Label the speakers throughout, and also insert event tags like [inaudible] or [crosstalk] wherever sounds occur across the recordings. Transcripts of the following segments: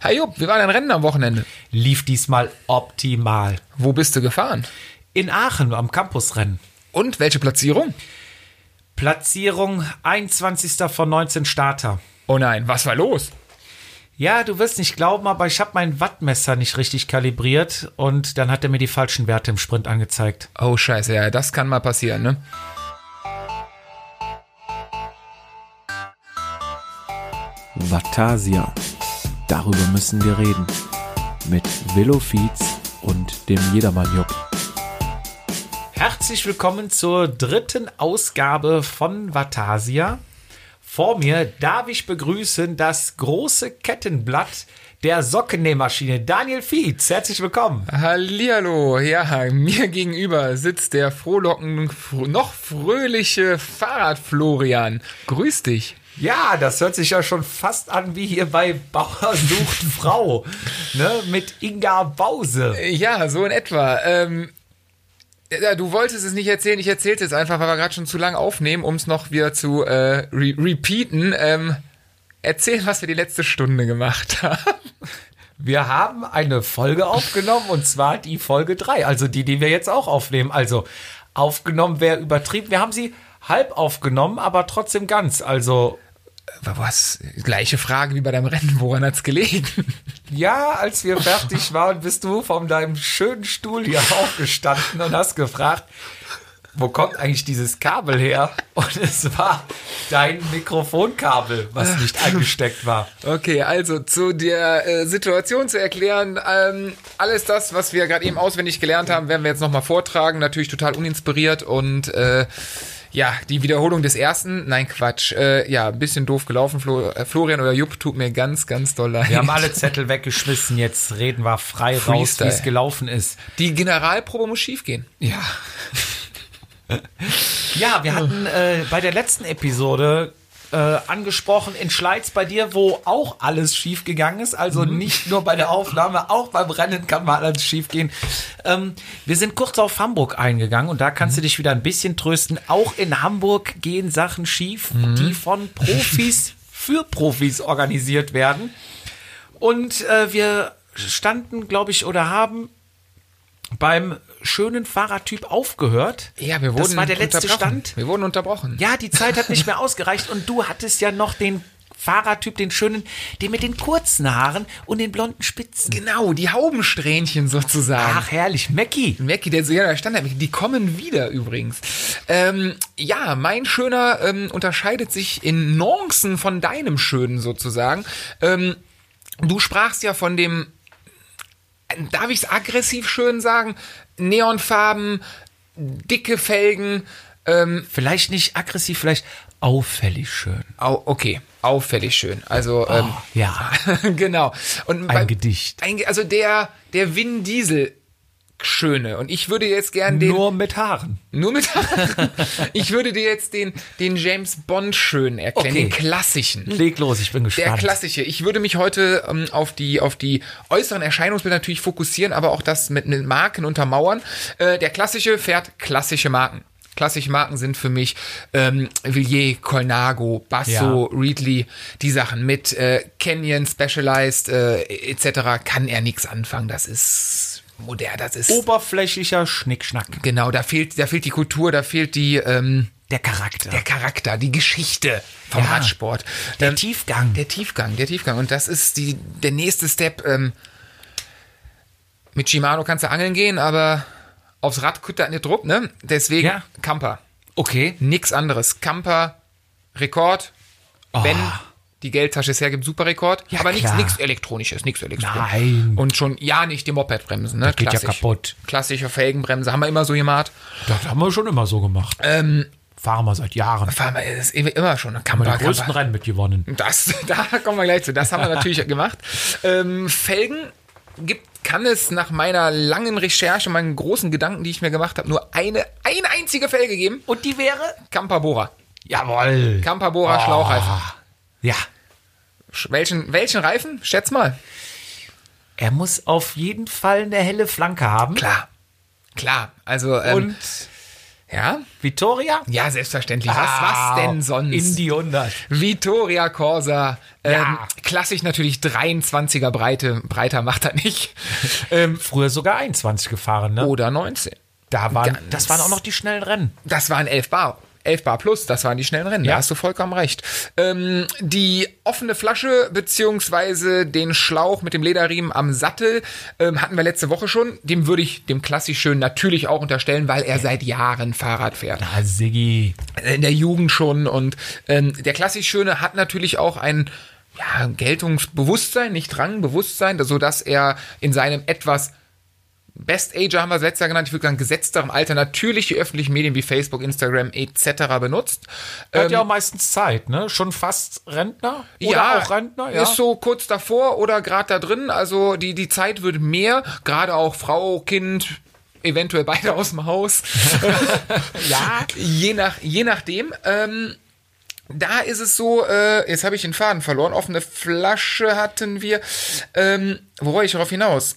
Speaker 1: Hey Jupp, wie war dein Rennen am Wochenende?
Speaker 2: Lief diesmal optimal.
Speaker 1: Wo bist du gefahren?
Speaker 2: In Aachen am Campusrennen.
Speaker 1: Und welche Platzierung?
Speaker 2: Platzierung 21. von 19 Starter.
Speaker 1: Oh nein, was war los?
Speaker 2: Ja, du wirst nicht glauben, aber ich habe mein Wattmesser nicht richtig kalibriert und dann hat er mir die falschen Werte im Sprint angezeigt.
Speaker 1: Oh scheiße, ja, das kann mal passieren, ne?
Speaker 3: Vatasia. Darüber müssen wir reden. Mit Willow Feeds und dem Jedermann Jupp.
Speaker 2: Herzlich willkommen zur dritten Ausgabe von Vatasia. Vor mir darf ich begrüßen das große Kettenblatt der Sockennähmaschine Daniel Fietz. Herzlich willkommen.
Speaker 1: Hallihallo, ja, mir gegenüber sitzt der frohlockend, fr- noch fröhliche Fahrradflorian. Grüß dich.
Speaker 2: Ja, das hört sich ja schon fast an wie hier bei Bauer sucht Frau, ne, mit Inga Bause.
Speaker 1: Ja, so in etwa. Ähm, ja, du wolltest es nicht erzählen, ich erzähle es jetzt einfach, weil wir gerade schon zu lang aufnehmen, um es noch wieder zu äh, re repeaten. Ähm, erzähl, was wir die letzte Stunde gemacht [laughs] haben.
Speaker 2: Wir haben eine Folge aufgenommen und zwar die Folge 3, also die, die wir jetzt auch aufnehmen. Also aufgenommen wäre übertrieben. Wir haben sie halb aufgenommen, aber trotzdem ganz. Also
Speaker 1: Aber Was? Gleiche Frage wie bei deinem Rennen, woran hat's gelegen?
Speaker 2: ja, als wir fertig waren, bist du von deinem schönen Stuhl hier aufgestanden und hast gefragt, wo kommt eigentlich dieses Kabel her? Und es war dein Mikrofonkabel, was nicht eingesteckt war.
Speaker 1: [laughs] Okay, also zu der äh, Situation zu erklären, ähm, alles das, was wir gerade eben auswendig gelernt haben, werden wir jetzt nochmal vortragen. Natürlich total uninspiriert und äh, ja, die Wiederholung des ersten, nein Quatsch, äh, ja, ein bisschen doof gelaufen. Flo, äh, Florian oder Jupp tut mir ganz, ganz doll leid.
Speaker 2: Wir haben alle Zettel weggeschmissen, jetzt reden wir frei raus, wie
Speaker 1: Freestyle.
Speaker 2: es gelaufen ist.
Speaker 1: die Generalprobe muss schiefgehen.
Speaker 2: Ja. ja, wir hatten äh, bei der letzten Episode äh, angesprochen in Schleiz bei dir, wo auch alles schief gegangen ist. Also
Speaker 1: Mhm.
Speaker 2: nicht nur bei der Aufnahme, auch beim Rennen kann mal alles schief gehen. Ähm, wir sind kurz auf Hamburg eingegangen und da kannst du
Speaker 1: Mhm.
Speaker 2: dich wieder ein bisschen trösten. Auch in Hamburg gehen Sachen schief,
Speaker 1: Mhm.
Speaker 2: die von
Speaker 1: [laughs]
Speaker 2: Profis für Profis organisiert werden. Und äh, wir standen, glaube ich, oder haben beim schönen Fahrertyp aufgehört.
Speaker 1: Ja, wir wurden
Speaker 2: Das war der letzte
Speaker 1: unterbrochen.
Speaker 2: Stand.
Speaker 1: Wir wurden unterbrochen.
Speaker 2: Ja, die Zeit hat nicht mehr ausgereicht und du hattest ja noch den Fahrertyp, den schönen, den mit den kurzen Haaren und den blonden Spitzen.
Speaker 1: Genau, die Haubensträhnchen sozusagen.
Speaker 2: Ach, herrlich. Mackie.
Speaker 1: Mackie, der ja, der Standard, die kommen wieder übrigens. Ähm, ja, mein Schöner ähm, unterscheidet sich in Nuancen von deinem Schönen sozusagen. Ähm, du sprachst ja von dem, darf ich es aggressiv schön sagen? Neonfarben, dicke Felgen, ähm,
Speaker 2: Vielleicht nicht aggressiv, vielleicht auffällig schön.
Speaker 1: au, okay, auffällig schön. Also,
Speaker 2: Oh,
Speaker 1: ähm,
Speaker 2: ja.
Speaker 1: [laughs] genau. Und
Speaker 2: Ein Gedicht.
Speaker 1: ein Ge- also der, der Vin Diesel Schöne. Und ich würde jetzt gern den.
Speaker 2: Nur mit Haaren.
Speaker 1: Nur mit Ich würde dir jetzt den, den James Bond schön erklären,
Speaker 2: Okay.
Speaker 1: den klassischen.
Speaker 2: Leg los, ich bin
Speaker 1: Der
Speaker 2: gespannt.
Speaker 1: klassische. Ich würde mich heute ähm, auf, die, auf die äußeren Erscheinungsbilder natürlich fokussieren, aber auch das mit, mit Marken untermauern. Äh, der klassische fährt klassische Marken. Klassische Marken sind für mich ähm, Villiers, Colnago, Basso, Reedley, die Sachen mit äh, Canyon, Specialized äh, etc. kann er nichts anfangen. Das ist modern, das ist
Speaker 2: Oh. Oberflächlicher Schnickschnack.
Speaker 1: Genau, da fehlt, da fehlt die Kultur, da fehlt die, ähm,
Speaker 2: Der Charakter.
Speaker 1: der Charakter, die Geschichte vom
Speaker 2: Ja.
Speaker 1: Radsport.
Speaker 2: Der
Speaker 1: Ähm,
Speaker 2: Tiefgang.
Speaker 1: Der Tiefgang, der Tiefgang. Und das ist die, der nächste Step. Ähm, mit Shimano kannst du angeln gehen, aber aufs Rad kriegt das nicht Druck, ne? Deswegen
Speaker 2: Ja.
Speaker 1: Kamper.
Speaker 2: okay.
Speaker 1: Nix anderes. Kamper, Rekord, wenn die Geldtasche es hergibt, super Rekord. aber nichts,
Speaker 2: Oh. klar.
Speaker 1: nichts Elektronisches, nichts Elektronisches.
Speaker 2: Nein.
Speaker 1: Und schon ja nicht die Mopedbremsen, ne? Das
Speaker 2: geht ja kaputt.
Speaker 1: Klassische Felgenbremse haben wir immer so gemacht.
Speaker 2: Das haben wir schon immer so gemacht. Fahren wir seit Jahren.
Speaker 1: Fahren wir das ist immer schon eine
Speaker 2: Mit
Speaker 1: Kamera.
Speaker 2: dem größten
Speaker 1: Kamera.
Speaker 2: Rennen mitgewonnen.
Speaker 1: Das, [laughs] da kommen wir gleich zu. Das haben wir [laughs] natürlich gemacht. Ähm, Felgen gibt, kann es nach meiner langen Recherche, meinen großen Gedanken, die ich mir gemacht habe, nur eine, eine einzige Felge geben.
Speaker 2: Und die wäre?
Speaker 1: Campabora.
Speaker 2: Jawohl.
Speaker 1: Campabora
Speaker 2: Oh.
Speaker 1: Schlauchreifen.
Speaker 2: Ja.
Speaker 1: Sch- Welchen, welchen Reifen? Schätz mal.
Speaker 2: Er muss auf jeden Fall eine helle Flanke haben.
Speaker 1: Klar. Klar. Also, ähm,
Speaker 2: Und
Speaker 1: Ja?
Speaker 2: Vittoria? Ah,
Speaker 1: Ja, selbstverständlich. Was, was denn sonst?
Speaker 2: In die 100.
Speaker 1: Ah. Vittoria Corsa. Ähm,
Speaker 2: Ja.
Speaker 1: klassisch natürlich 23er Breite. Breiter macht er [laughs] nicht. ähm,
Speaker 2: Früher sogar 21 gefahren, ne?
Speaker 1: oder 19.
Speaker 2: da waren,
Speaker 1: ganz-
Speaker 2: das waren auch noch die schnellen Rennen.
Speaker 1: Das waren 11 Bar. 11 Bar plus, das waren die schnellen Rennen, da
Speaker 2: Ja.
Speaker 1: hast du vollkommen recht. Ähm, die offene Flasche beziehungsweise den Schlauch mit dem Lederriemen am Sattel ähm, hatten wir letzte Woche schon. Dem würde ich dem klassisch schön natürlich auch unterstellen, weil er seit Jahren Fahrrad fährt
Speaker 2: Ah, Siggi.
Speaker 1: in der Jugend schon und ähm, der klassisch Schöne hat natürlich auch ein ja, Geltungsbewusstsein, nicht Rangbewusstsein, sodass er in seinem etwas Best Ager haben wir es letztes Jahr genannt, ich würde sagen gesetzterem Alter natürlich die öffentlichen Medien wie Facebook, Instagram etc. benutzt. Ähm,
Speaker 2: Hat ja auch meistens Zeit, ne? Schon fast Rentner? Oder auch Rentner, ja.
Speaker 1: Ist so kurz davor oder gerade da drin. Also die, die Zeit wird mehr, gerade auch Frau, Kind, eventuell beide aus dem Haus.
Speaker 2: [laughs]
Speaker 1: ja. Je, nach, je nachdem. Ähm, da ist es so, äh, jetzt habe ich den Faden verloren. Offene Flasche hatten wir. Ähm, wo wollte ich darauf hinaus?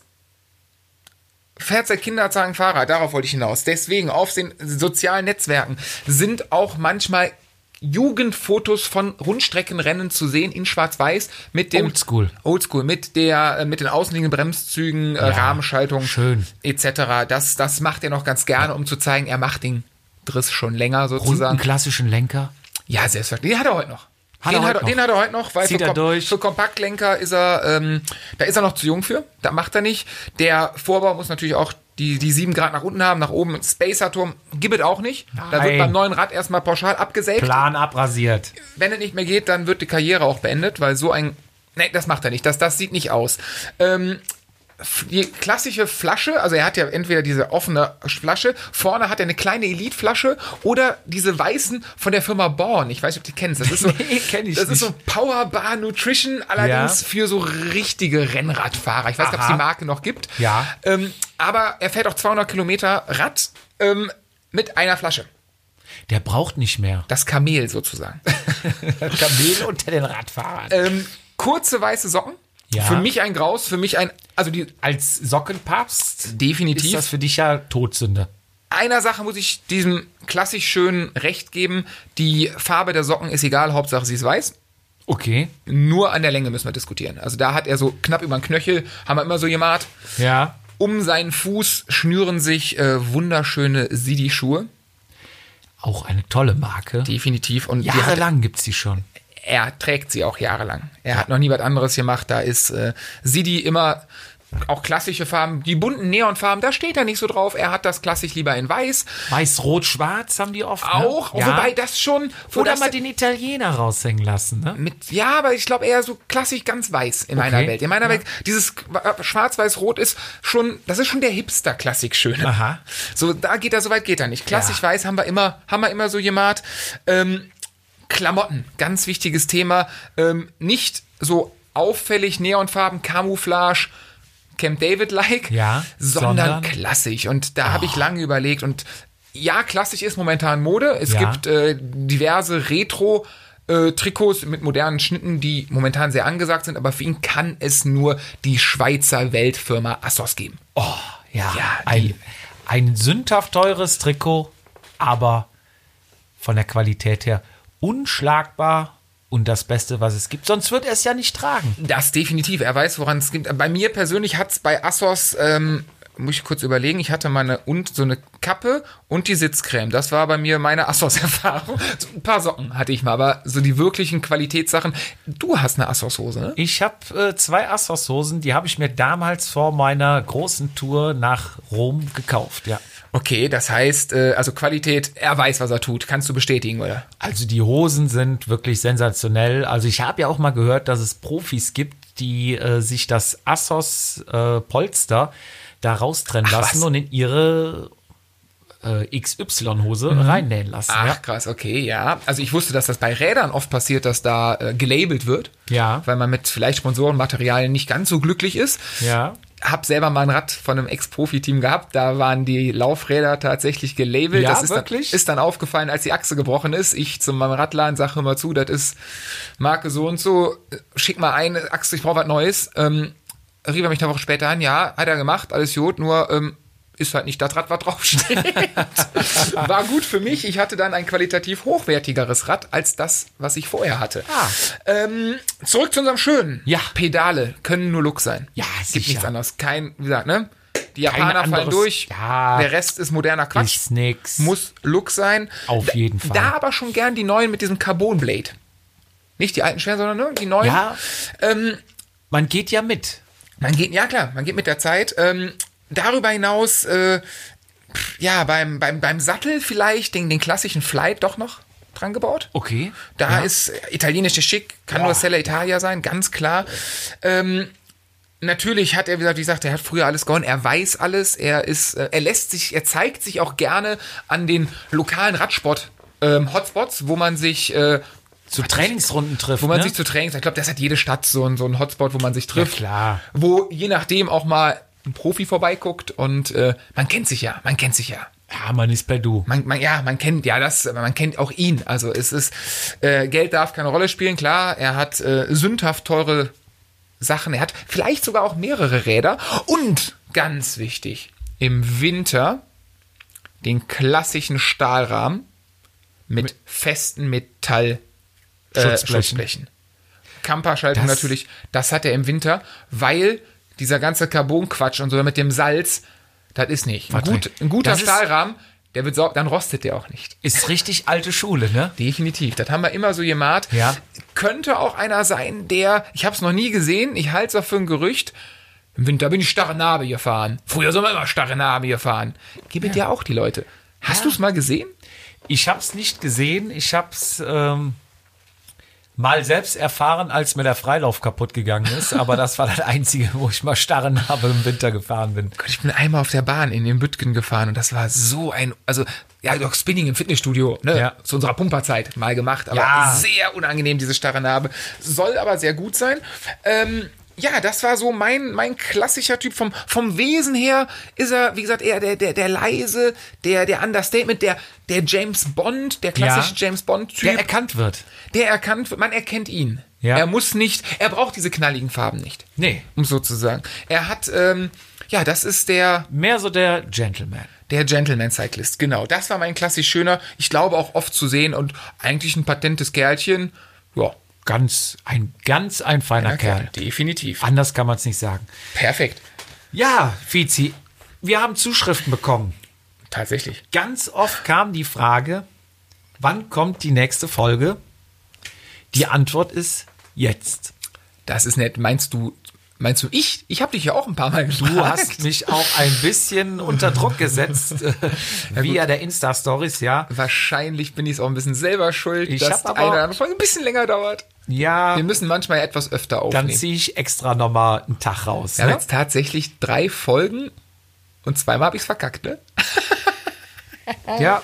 Speaker 1: Fährt seit Kindertagen Fahrrad, darauf wollte ich hinaus. Deswegen auf den sozialen Netzwerken sind auch manchmal Jugendfotos von Rundstreckenrennen zu sehen in Schwarz-Weiß mit dem
Speaker 2: Oldschool.
Speaker 1: Oldschool mit der äh, mit den außenliegenden Bremszügen, äh, Rahmenschaltung,
Speaker 2: schön.
Speaker 1: etc. Das das macht er noch ganz gerne, um zu zeigen, er macht den Driss schon länger sozusagen.
Speaker 2: klassischen Lenker.
Speaker 1: Ja, selbstverständlich. Den hat er heute noch.
Speaker 2: Hat
Speaker 1: den,
Speaker 2: er
Speaker 1: hat,
Speaker 2: heute noch.
Speaker 1: den hat er heute noch, weil
Speaker 2: Zieht
Speaker 1: für,
Speaker 2: er
Speaker 1: Kom-
Speaker 2: durch.
Speaker 1: für Kompaktlenker ist er, ähm, da ist er noch zu jung für. Da macht er nicht. Der Vorbau muss natürlich auch die, die sieben Grad nach unten haben, nach oben. Spacer-Turm gibt es auch nicht. Da wird
Speaker 2: Nein.
Speaker 1: beim neuen Rad erstmal pauschal abgesägt.
Speaker 2: Plan abrasiert.
Speaker 1: Wenn es nicht mehr geht, dann wird die Karriere auch beendet, weil so ein. Nee, das macht er nicht. Das, das sieht nicht aus. Ähm, f- die klassische Flasche, also er hat ja entweder diese offene Flasche, vorne hat er eine kleine Elite-Flasche oder diese weißen von der Firma Born. Ich weiß nicht, ob du die kennst. Das ist so,
Speaker 2: [laughs] Nee, kenn ich
Speaker 1: das ist
Speaker 2: nicht.
Speaker 1: so Powerbar Nutrition, allerdings
Speaker 2: Ja.
Speaker 1: für so richtige Rennradfahrer. Ich weiß nicht, ob es
Speaker 2: Aha.
Speaker 1: die Marke noch gibt.
Speaker 2: Ja.
Speaker 1: Ähm, aber er fährt auch 200 Kilometer Rad ähm, mit einer Flasche.
Speaker 2: Der braucht nicht mehr.
Speaker 1: [laughs] Das Kamel
Speaker 2: [laughs]
Speaker 1: sozusagen.
Speaker 2: Kamel unter den Radfahrern.
Speaker 1: Ähm, kurze weiße Socken.
Speaker 2: Ja.
Speaker 1: Für mich ein Graus, für mich ein, also die
Speaker 2: Als Sockenpapst ist
Speaker 1: definitiv.
Speaker 2: das für dich ja Todsünde.
Speaker 1: Einer Sache muss ich diesem klassisch schönen Recht geben. Die Farbe der Socken ist egal, Hauptsache sie ist weiß.
Speaker 2: Okay.
Speaker 1: Nur an der Länge müssen wir diskutieren. Also da hat er so knapp über den Knöchel, haben wir immer so gemacht.
Speaker 2: Ja.
Speaker 1: Um seinen Fuß schnüren sich äh, wunderschöne Sidi-Schuhe.
Speaker 2: Auch eine tolle Marke.
Speaker 1: Definitiv. Und die hat
Speaker 2: Jahrelang gibt's die schon.
Speaker 1: er trägt sie auch jahrelang. Er hat noch nie was anderes gemacht. Da ist äh, Sidi immer auch klassische Farben, die bunten Neonfarben, da steht er nicht so drauf. Er hat das klassisch lieber in weiß.
Speaker 2: Weiß, Rot, Schwarz haben die oft.
Speaker 1: Auch,
Speaker 2: ne? ja.
Speaker 1: wobei das schon, wo
Speaker 2: Oder
Speaker 1: das
Speaker 2: mal den Italiener raushängen lassen, ne?
Speaker 1: mit, ja, aber ich glaube eher so klassisch ganz weiß in meiner Welt. In meiner Welt, dieses äh, schwarz-weiß-rot ist schon, das ist schon der Hipster-Klassik schön.
Speaker 2: Aha.
Speaker 1: So, da geht er, so weit geht er nicht. Klassisch
Speaker 2: Ja.
Speaker 1: weiß haben wir immer, haben wir immer so gemacht. Ähm, Klamotten, ganz wichtiges Thema. Ähm, nicht so auffällig, Neonfarben, Camouflage, Camp David-like,
Speaker 2: Ja,
Speaker 1: sondern,
Speaker 2: sondern-
Speaker 1: klassisch. Und da habe ich lange überlegt. Und ja, klassisch ist momentan Mode. Es
Speaker 2: Ja.
Speaker 1: gibt äh, diverse Retro- äh, Trikots mit modernen Schnitten, die momentan sehr angesagt sind, aber für ihn kann es nur die Schweizer Weltfirma Assos geben.
Speaker 2: Oh, ja.
Speaker 1: Ja, die-
Speaker 2: ein, ein sündhaft teures Trikot, aber von der Qualität her unschlagbar und das Beste, was es gibt. Sonst wird er es ja nicht tragen.
Speaker 1: Das definitiv. Er weiß, woran es geht. Bei mir persönlich hat es bei Assos, ähm, muss ich kurz überlegen, ich hatte meine und so eine Kappe und die Sitzcreme. Das war bei mir meine Assos-Erfahrung. So ein paar Socken hatte ich mal, aber so die wirklichen Qualitätssachen. Du hast eine Assos-Hose, ne?
Speaker 2: Ich habe äh, zwei Assos-Hosen, die habe ich mir damals vor meiner großen Tour nach Rom gekauft, ja.
Speaker 1: Okay, das heißt, äh, also Qualität, er weiß, was er tut. Kannst du bestätigen, oder?
Speaker 2: Also die Hosen sind wirklich sensationell. Also ich habe ja auch mal gehört, dass es Profis gibt, die äh, sich das Assos-Polster da raustrennen lassen
Speaker 1: was.
Speaker 2: und in ihre äh, XY-Hose reinnähen lassen.
Speaker 1: Mhm. Ach,
Speaker 2: Ja.
Speaker 1: krass, okay, ja. Also ich wusste, dass das bei Rädern oft passiert, dass da äh, gelabelt wird.
Speaker 2: Ja.
Speaker 1: Weil man mit vielleicht Sponsorenmaterialien nicht ganz so glücklich ist.
Speaker 2: Ja.
Speaker 1: Hab selber mal ein Rad von einem Ex-Profi-Team gehabt, da waren die Laufräder tatsächlich gelabelt.
Speaker 2: Ja,
Speaker 1: das ist
Speaker 2: wirklich?
Speaker 1: Dann, ist dann aufgefallen, als die Achse gebrochen ist. Ich zu meinem Radladen sage hör mal zu, das ist Marke so und so, schick mal eine Achse, ich brauche was Neues. Ähm, rief er mich eine Woche später an, ja, hat er gemacht, alles gut, nur ähm, ist halt nicht das Rad, was
Speaker 2: [laughs]
Speaker 1: draufsteht. War gut für mich. Ich hatte dann ein qualitativ hochwertigeres Rad als das, was ich vorher hatte.
Speaker 2: Ah.
Speaker 1: Ähm, zurück zu unserem Schönen.
Speaker 2: Ja.
Speaker 1: Pedale können nur Look sein.
Speaker 2: Ja,
Speaker 1: Es gibt
Speaker 2: sicher.
Speaker 1: nichts anderes. Kein, wie gesagt, ne? Die
Speaker 2: Kein
Speaker 1: Japaner fallen
Speaker 2: anderes-
Speaker 1: durch.
Speaker 2: Ja.
Speaker 1: Der Rest ist moderner Quatsch.
Speaker 2: Ist nix.
Speaker 1: Muss Look sein.
Speaker 2: Auf
Speaker 1: Da-
Speaker 2: jeden Fall.
Speaker 1: Da aber schon gern die neuen mit diesem Carbon Blade. Nicht die alten schweren, sondern ne, die neuen.
Speaker 2: Ja.
Speaker 1: Ähm,
Speaker 2: Man geht ja mit.
Speaker 1: man geht, ja klar, man geht mit der Zeit. Ähm, darüber hinaus, äh, pff, ja, beim, beim, beim Sattel vielleicht den, den klassischen Flight doch noch dran gebaut.
Speaker 2: Okay.
Speaker 1: Da ist äh, italienische Schick, kann nur Sella Italia sein, ganz klar. Ähm, natürlich hat er, wie gesagt, wie gesagt, er hat früher alles gewonnen, er weiß alles, er ist, äh, er lässt sich, er zeigt sich auch gerne an den lokalen Radsport. Ähm, Hotspots, wo man sich äh,
Speaker 2: Zu Trainingsrunden trifft.
Speaker 1: wo man
Speaker 2: ne?
Speaker 1: sich zu Trainings, ich glaube, das hat jede Stadt so ein, so ein Hotspot, wo man sich trifft.
Speaker 2: klar.
Speaker 1: Wo je nachdem auch mal ein Profi vorbeiguckt und äh, man kennt sich ja, man kennt sich ja.
Speaker 2: ja, man ist bei du.
Speaker 1: Man, man, ja, man kennt ja das, aber man kennt auch ihn. Also es ist, äh, Geld darf keine Rolle spielen, klar, er hat äh, sündhaft teure Sachen, er hat vielleicht sogar auch mehrere Räder und ganz wichtig, im Winter den klassischen Stahlrahmen mit, festen Metall äh,
Speaker 2: Schutzblechen.
Speaker 1: Schutzblechen. Kamperschaltung
Speaker 2: Das-
Speaker 1: natürlich, das hat er im Winter, weil dieser ganze Carbon-Quatsch und so mit dem Salz, das ist nicht. Ein,
Speaker 2: Warte.
Speaker 1: gut, ein guter
Speaker 2: Das ist-
Speaker 1: Stahlrahmen, der wird sau- dann rostet der auch nicht.
Speaker 2: Ist richtig alte Schule, ne?
Speaker 1: Definitiv, das haben wir immer so gemacht.
Speaker 2: Ja.
Speaker 1: Könnte auch einer sein, der, ich habe es noch nie gesehen, ich halte es auch für ein Gerücht, im Winter bin ich starre Narbe gefahren. Früher sind wir immer starre Narbe gefahren. Gebe dir auch die Leute. Hast du es mal gesehen?
Speaker 2: Ich hab's nicht gesehen. Ich hab's ähm, mal selbst erfahren, als mir der Freilauf kaputt gegangen ist. Aber das war das Einzige, wo ich mal starren habe im Winter gefahren bin.
Speaker 1: Gott, ich bin einmal auf der Bahn in den Bütgen gefahren und das war so ein, also ja, doch Spinning im Fitnessstudio, ne?
Speaker 2: Ja.
Speaker 1: Zu unserer Pumperzeit mal gemacht, aber
Speaker 2: Ja.
Speaker 1: sehr unangenehm, diese starre Narbe. Soll aber sehr gut sein. Ähm, ja, das war so mein, mein klassischer Typ. Vom, vom Wesen her ist er, wie gesagt, eher der, der, der leise, der, der Understatement, der, der James Bond, der klassische
Speaker 2: Ja.
Speaker 1: James Bond-Typ,
Speaker 2: Der
Speaker 1: der,
Speaker 2: erkannt wird.
Speaker 1: erkannt wird, man erkennt ihn.
Speaker 2: Ja.
Speaker 1: Er muss nicht, er braucht diese knalligen Farben nicht.
Speaker 2: Nee.
Speaker 1: Um es so zu sagen. Er hat, ähm, ja, das ist der,
Speaker 2: Mehr so der Gentleman.
Speaker 1: der Gentleman-Cyclist, genau. Das war mein klassisch schöner, ich glaube auch oft zu sehen und eigentlich ein patentes Kerlchen. Ja,
Speaker 2: Ganz, ein ganz ein feiner Kerl. Ah.
Speaker 1: definitiv.
Speaker 2: Anders kann man's nicht sagen.
Speaker 1: Perfekt,
Speaker 2: Ja, Fizi, wir haben Zuschriften bekommen.
Speaker 1: tatsächlich.
Speaker 2: Ganz oft kam die Frage, wann kommt die nächste Folge? Die Antwort ist jetzt.
Speaker 1: Das ist nett. Meinst du, meinst du ich? Ich habe dich ja auch ein paar Mal gefragt.
Speaker 2: Du hast mich auch ein bisschen unter
Speaker 1: [laughs]
Speaker 2: Druck gesetzt, äh, via der Insta-Stories, ja.
Speaker 1: Wahrscheinlich bin ich es auch ein bisschen selber schuld,
Speaker 2: Ich
Speaker 1: dass
Speaker 2: hab
Speaker 1: die
Speaker 2: aber-
Speaker 1: eine oder andere Folge ein bisschen länger dauert.
Speaker 2: Ja,
Speaker 1: Wir müssen manchmal etwas öfter
Speaker 2: dann
Speaker 1: aufnehmen.
Speaker 2: ziehe ich extra nochmal einen Tag raus.
Speaker 1: Wir haben
Speaker 2: Ne?
Speaker 1: jetzt tatsächlich drei Folgen und zweimal habe ich es verkackt, ne?
Speaker 2: Ja,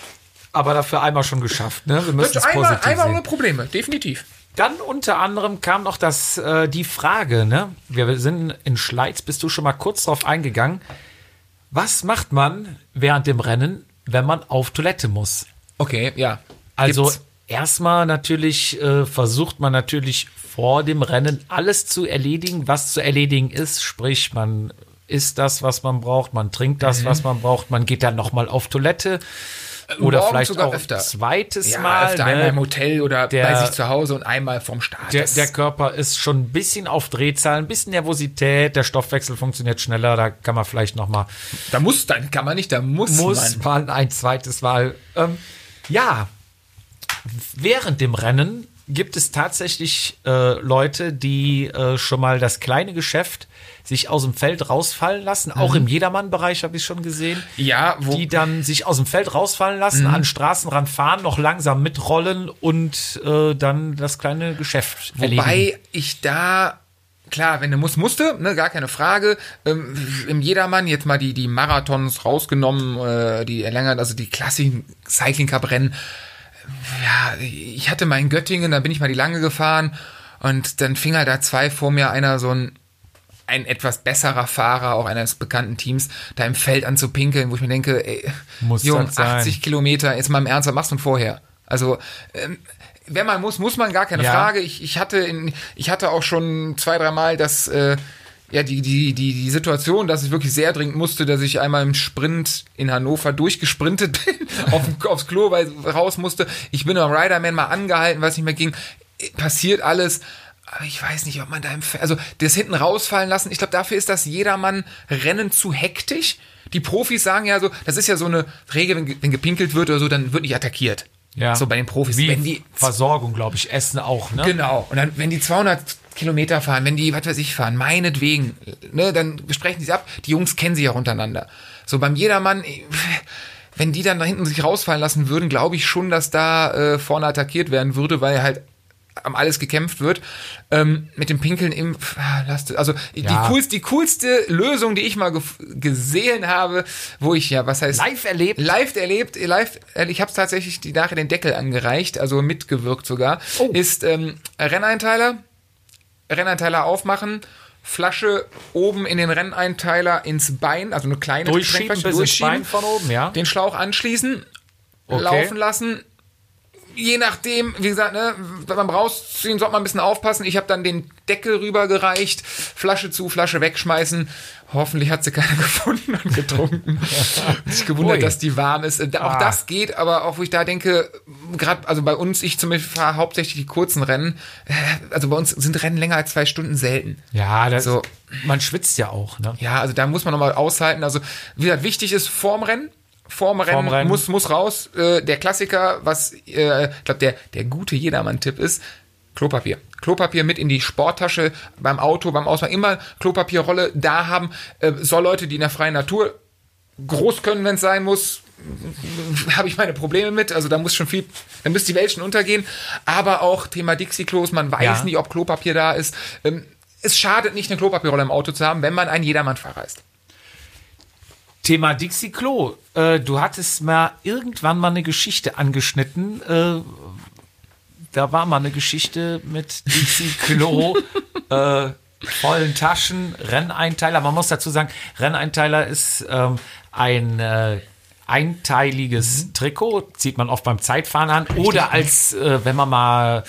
Speaker 2: aber dafür einmal schon geschafft, ne? Wir müssen es
Speaker 1: Einmal,
Speaker 2: positiv
Speaker 1: einmal ohne
Speaker 2: sehen.
Speaker 1: Probleme, definitiv.
Speaker 2: Dann unter anderem kam noch das, äh, die Frage, ne? Wir sind in Schleiz, bist du schon mal kurz drauf eingegangen. Was macht man während dem Rennen, wenn man auf Toilette muss?
Speaker 1: Okay, ja.
Speaker 2: Also
Speaker 1: Gibt's.
Speaker 2: erstmal natürlich äh, versucht man natürlich vor dem Rennen alles zu erledigen, was zu erledigen ist. Sprich, man isst das, was man braucht, man trinkt
Speaker 1: Mhm.
Speaker 2: das, was man braucht, man geht dann nochmal auf Toilette oder
Speaker 1: Äh, morgen
Speaker 2: vielleicht
Speaker 1: sogar
Speaker 2: auch
Speaker 1: öfter.
Speaker 2: ein zweites
Speaker 1: ja,
Speaker 2: Mal.
Speaker 1: öfter
Speaker 2: ne?
Speaker 1: einmal im Hotel oder
Speaker 2: Der-
Speaker 1: bei sich zu Hause und einmal vom Start.
Speaker 2: Der,
Speaker 1: Das-
Speaker 2: der Körper ist schon ein bisschen auf Drehzahlen, ein bisschen Nervosität, der Stoffwechsel funktioniert schneller, da kann man vielleicht noch mal
Speaker 1: da muss, dann kann man nicht, da muss,
Speaker 2: muss
Speaker 1: man.
Speaker 2: man ein zweites Mal. Ähm, ja, während dem Rennen gibt es tatsächlich äh, Leute, die äh, schon mal das kleine Geschäft sich aus dem Feld rausfallen lassen. Auch im Jedermann-Bereich habe ich schon gesehen.
Speaker 1: Mhm. Ja, wo- Mhm.
Speaker 2: die dann sich aus dem Feld rausfallen lassen, an den Straßenrand fahren, noch langsam mitrollen und äh, dann das kleine Geschäft erledigen.
Speaker 1: Wobei ich da, klar, wenn du musst, musste, ne, gar keine Frage. Ähm, Im Jedermann jetzt mal die, die Marathons rausgenommen, äh, die erlängert, also die klassischen Cycling Cup Rennen. Ja, ich hatte mal in Göttingen, da bin ich mal die lange gefahren und dann fing halt da zwei vor mir einer so ein ein etwas besserer Fahrer, auch eines bekannten Teams, da im Feld an zu pinkeln, wo ich mir denke, ey,
Speaker 2: Muss
Speaker 1: Junge,
Speaker 2: das sein?
Speaker 1: 80 Kilometer, jetzt mal im Ernst, was machst du denn vorher? Also, ähm, wenn man muss, muss man, gar keine
Speaker 2: Ja.
Speaker 1: Frage. Ich, ich, hatte in, ich hatte auch schon zwei, dreimal das, äh, ja, die, die, die, die Situation, dass ich wirklich sehr dringend musste, dass ich einmal im Sprint in Hannover durchgesprintet bin, [laughs] auf, dem- aufs Klo weil raus musste. Ich bin am Riderman mal angehalten, weil es nicht mehr ging. Äh, Passiert alles. Aber ich weiß nicht, ob man da im Fe- also das hinten rausfallen lassen. Ich glaube, dafür ist das jedermann Rennen zu hektisch. Die Profis sagen ja so, das ist ja so eine Regel, wenn, ge- wenn gepinkelt wird oder so, dann wird nicht attackiert. So bei den Profis.
Speaker 2: Wie
Speaker 1: wenn die
Speaker 2: Versorgung, glaube ich, Essen auch, ne?
Speaker 1: Genau. Und dann, wenn die 200 Kilometer fahren, wenn die, was weiß ich, fahren, meinetwegen, ne, dann besprechen die es ab. Die Jungs kennen sich ja untereinander. So beim Jedermann, eh, wenn die dann da hinten sich rausfallen lassen würden, glaube ich schon, dass da äh, vorne attackiert werden würde, weil halt am alles gekämpft wird. Ähm, mit dem Pinkeln im, ah, lasst es- also
Speaker 2: Ja.
Speaker 1: die, coolst, die coolste Lösung, die ich mal gef- gesehen habe, wo ich ja, was heißt
Speaker 2: Live erlebt?
Speaker 1: Live erlebt, live, äh, ich habe es tatsächlich die nachher den Deckel angereicht, also mitgewirkt sogar,
Speaker 2: Oh.
Speaker 1: ist ähm, Renneinteiler, Renneinteiler aufmachen, Flasche oben in den Renneinteiler ins Bein, also eine kleine
Speaker 2: Durchschieben
Speaker 1: Trinkflasche,
Speaker 2: bis ins Bein von oben, ja.
Speaker 1: den Schlauch anschließen,
Speaker 2: Okay.
Speaker 1: laufen lassen. Je nachdem, wie gesagt, ne, beim Rausziehen sollte man ein bisschen aufpassen. Ich habe dann den Deckel rübergereicht, Flasche zu, Flasche wegschmeißen. Hoffentlich hat sie keine [laughs] gefunden und getrunken. Sich gewundert,
Speaker 2: Ui.
Speaker 1: dass die warm ist. Äh, da- Auch
Speaker 2: Ah.
Speaker 1: das geht, aber auch wo ich da denke, gerade also bei uns, ich zum Beispiel fahre hauptsächlich die kurzen Rennen. Äh, Also bei uns sind Rennen länger als zwei Stunden selten.
Speaker 2: Ja, das,
Speaker 1: So.
Speaker 2: man schwitzt ja auch, ne?
Speaker 1: Ja, also da muss man nochmal aushalten. Also, wie gesagt, wichtig ist vorm Rennen. Vorm Rennen,
Speaker 2: Vorm Rennen.
Speaker 1: Muss, muss raus. Äh, der Klassiker, was, äh, ich glaube, der, der gute Jedermann-Tipp ist, Klopapier. Klopapier mit in die Sporttasche, beim Auto, beim Ausmachen. Immer Klopapierrolle da haben. Äh, soll Leute, die in der freien Natur groß können, wenn es sein muss, habe ich meine Probleme mit. Also da muss schon viel, da müsste die Welt schon untergehen. Aber auch Thema Dixie-Klos, man weiß
Speaker 2: Ja.
Speaker 1: nicht, ob Klopapier da ist. Ähm, es schadet nicht, eine Klopapierrolle im Auto zu haben, wenn man ein Jedermann-Fahrer ist.
Speaker 2: Thema Dixie Klo. Äh, du hattest mal irgendwann mal eine Geschichte angeschnitten. Äh, da war mal eine Geschichte mit Dixie
Speaker 1: [laughs]
Speaker 2: Klo, äh, vollen Taschen, Renneinteiler. Man muss dazu sagen, Renneinteiler ist ähm, ein äh, einteiliges
Speaker 1: Mhm.
Speaker 2: Trikot, zieht man oft beim Zeitfahren an oder als, äh, wenn man mal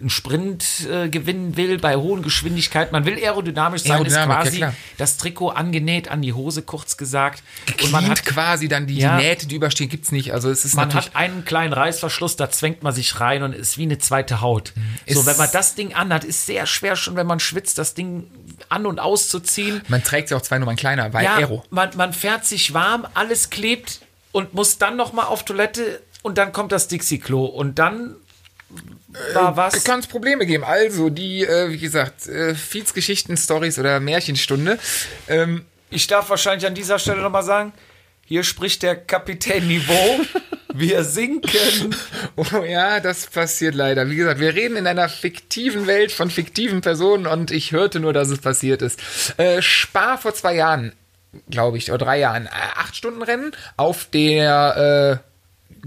Speaker 2: einen Sprint äh, gewinnen will bei hohen Geschwindigkeiten. Man will aerodynamisch sein,
Speaker 1: Aerodynamik, ja,
Speaker 2: ist quasi
Speaker 1: klar.
Speaker 2: das Trikot angenäht an die Hose, kurz gesagt. Und man
Speaker 1: Cleant
Speaker 2: hat,
Speaker 1: quasi dann die,
Speaker 2: Ja.
Speaker 1: die Nähte, die überstehen, gibt's nicht. Also es ist
Speaker 2: man
Speaker 1: natürlich.
Speaker 2: hat einen kleinen Reißverschluss, da zwängt man sich rein und ist wie eine zweite Haut. So,
Speaker 1: Mhm. Ist-
Speaker 2: wenn man das Ding anhat, ist sehr schwer schon, wenn man schwitzt, das Ding an- und auszuziehen.
Speaker 1: man trägt ja auch zwei Nummern kleiner, weil
Speaker 2: Ja,
Speaker 1: Aero.
Speaker 2: Man, man fährt sich warm, alles klebt und muss dann noch mal auf Toilette und dann kommt das Dixie-Klo und dann war was.
Speaker 1: Ähm, kann es Probleme geben. Also, die, äh, wie gesagt, äh, Feeds Geschichten, Stories oder Märchenstunde. Ähm,
Speaker 2: Ich darf wahrscheinlich an dieser Stelle nochmal sagen, hier spricht der Kapitän
Speaker 1: [laughs]
Speaker 2: Niveau. Wir sinken.
Speaker 1: Oh ja, das passiert leider. Wie gesagt, wir reden in einer fiktiven Welt von fiktiven Personen und ich hörte nur, dass es passiert ist. Äh, Spa vor zwei Jahren, glaube ich, oder drei Jahren, äh, acht Stunden Rennen auf der äh,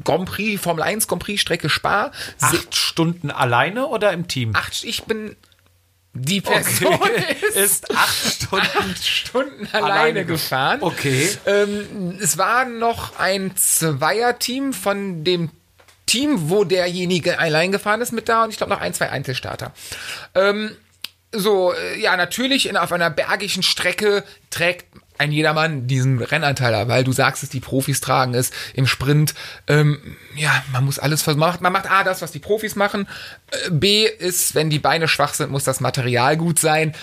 Speaker 1: Grand Prix, Formel 1 Grand Prix Strecke Spa. Se-
Speaker 2: Acht Stunden alleine oder im Team? [laughs]
Speaker 1: acht ich bin die Person [laughs] ist [laughs]
Speaker 2: ist acht Stunden. [laughs]
Speaker 1: acht Stunden alleine,
Speaker 2: Alleine ge-
Speaker 1: gefahren.
Speaker 2: Okay.
Speaker 1: Ähm, es war noch ein Zweierteam von dem Team, wo derjenige allein gefahren ist mit da und ich glaube noch ein, zwei Einzelstarter. Ähm, so, äh, ja, natürlich in, auf einer bergischen Strecke trägt ein jedermann diesen Rennanteiler, weil du sagst es, die Profis tragen es im Sprint. Ähm, ja, man muss alles versuchen. Man macht, man macht A, das, was die Profis machen. Äh, B ist, wenn die Beine schwach sind, muss das Material gut sein.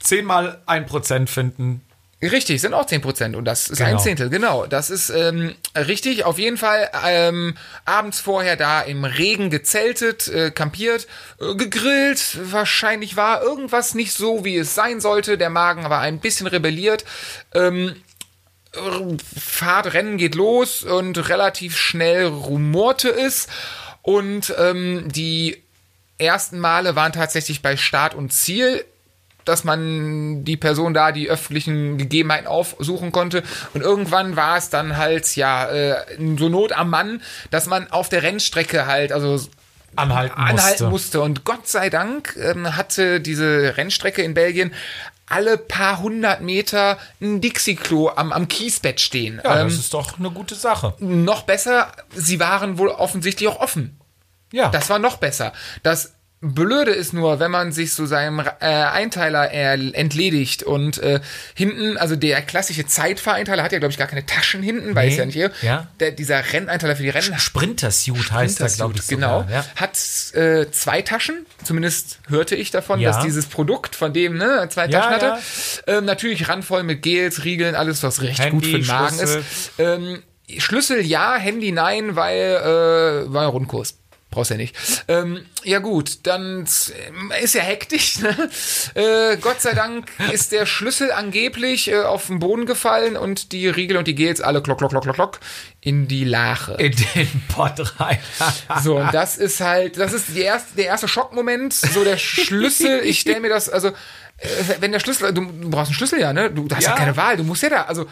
Speaker 2: Zehnmal ein Prozent finden.
Speaker 1: Richtig, sind auch 10 Prozent und das ist
Speaker 2: Genau.
Speaker 1: ein Zehntel, genau. Das ist ähm, richtig, auf jeden Fall ähm, abends vorher da im Regen gezeltet, äh, kampiert, äh, gegrillt, wahrscheinlich war irgendwas nicht so, wie es sein sollte, der Magen war ein bisschen rebelliert. Ähm, Fahrt, Rennen geht los und relativ schnell rumorte es. Und ähm, die ersten Male waren tatsächlich bei Start und Ziel, dass man die Person da die öffentlichen Gegebenheiten aufsuchen konnte. Und irgendwann war es dann halt, ja, äh, so Not am Mann, dass man auf der Rennstrecke halt, also
Speaker 2: Anhalten,
Speaker 1: anhalten
Speaker 2: musste.
Speaker 1: musste. Und Gott sei Dank ähm, hatte diese Rennstrecke in Belgien alle paar hundert Meter ein Dixie-Klo am, am Kiesbett stehen.
Speaker 2: Ja, das
Speaker 1: ähm,
Speaker 2: ist doch eine gute Sache.
Speaker 1: noch besser, sie waren wohl offensichtlich auch offen.
Speaker 2: Ja.
Speaker 1: Das war noch besser. Das Blöde ist nur, wenn man sich so seinem äh, Einteiler er- entledigt und äh, hinten, also der klassische Zeitfahreinteiler hat ja, glaube ich, gar keine Taschen hinten, weil
Speaker 2: Nee,
Speaker 1: es ja nicht hier.
Speaker 2: ja.
Speaker 1: Der, dieser Renneinteiler für die Rennen
Speaker 2: Sprintersuit heißt das, glaube ich.
Speaker 1: genau.
Speaker 2: sogar, Ja.
Speaker 1: Hat äh, zwei Taschen, zumindest hörte ich davon,
Speaker 2: Ja.
Speaker 1: dass dieses Produkt von dem ne, zwei
Speaker 2: Ja,
Speaker 1: Taschen hatte. Ähm, natürlich randvoll mit Gels, Riegeln, alles, was recht
Speaker 2: Handy,
Speaker 1: gut für den Magen
Speaker 2: Schlüssel.
Speaker 1: ist. Ähm, Schlüssel ja, Handy nein, weil äh, war ein Rundkurs. Brauchst ja nicht. Ähm, ja gut, dann ähm, ist ja hektisch. [laughs] Ne? Äh, Gott sei Dank ist der Schlüssel angeblich äh, auf den Boden gefallen und die Riegel und die Gels alle klock, klock, klock, klock, klock in die Lache.
Speaker 2: In den Pott rein.
Speaker 1: [laughs] So, und das ist halt, das ist die erste, der erste Schockmoment, so der Schlüssel. Ich stelle mir das, also, äh, wenn der Schlüssel, du, du brauchst einen Schlüssel ja, ne? Du, du hast ja.
Speaker 2: Ja.
Speaker 1: keine Wahl, du musst ja da, also,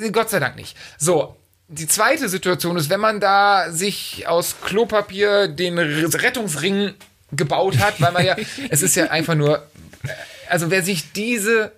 Speaker 1: äh, Gott sei Dank nicht. So. Die zweite Situation ist, wenn man da sich aus Klopapier den R- Rettungsring gebaut hat, weil man ja, es ist ja einfach nur, äh, also wer sich diese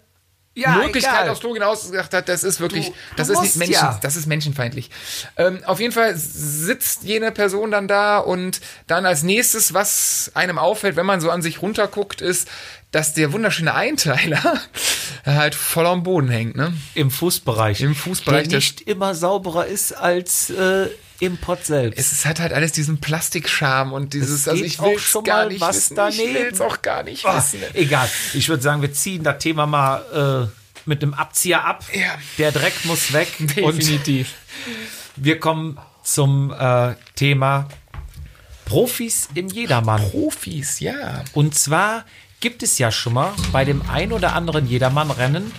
Speaker 2: Ja,
Speaker 1: Möglichkeit
Speaker 2: egal.
Speaker 1: aufs Klo hinausgedacht hat, das ist wirklich,
Speaker 2: Du- du
Speaker 1: das ist nicht
Speaker 2: musst
Speaker 1: Menschen,
Speaker 2: ja.
Speaker 1: das ist menschenfeindlich. Ähm, auf jeden Fall sitzt jene Person dann da und dann als nächstes, was einem auffällt, wenn man so an sich runterguckt, ist, dass der wunderschöne Einteiler [laughs] halt voll am Boden hängt, ne?
Speaker 2: Im Fußbereich.
Speaker 1: Im Fußbereich,
Speaker 2: Der
Speaker 1: das-
Speaker 2: nicht immer sauberer ist als äh, im Pott selbst.
Speaker 1: Es, es hat halt alles diesen Plastikscham und dieses,
Speaker 2: Es
Speaker 1: also
Speaker 2: geht
Speaker 1: ich
Speaker 2: auch
Speaker 1: will
Speaker 2: schon
Speaker 1: gar
Speaker 2: mal
Speaker 1: nicht
Speaker 2: was
Speaker 1: wissen, ich
Speaker 2: daneben.
Speaker 1: will's auch gar nicht
Speaker 2: Ah,
Speaker 1: wissen.
Speaker 2: egal. Ich würde sagen, wir ziehen das Thema mal äh, mit einem Abzieher ab.
Speaker 1: Ja.
Speaker 2: Der Dreck muss weg.
Speaker 1: [laughs]
Speaker 2: Und wir kommen zum äh, Thema Profis im Jedermann.
Speaker 1: Profis, ja.
Speaker 2: Und zwar gibt es ja schon mal bei dem ein oder anderen Jedermann-Rennen,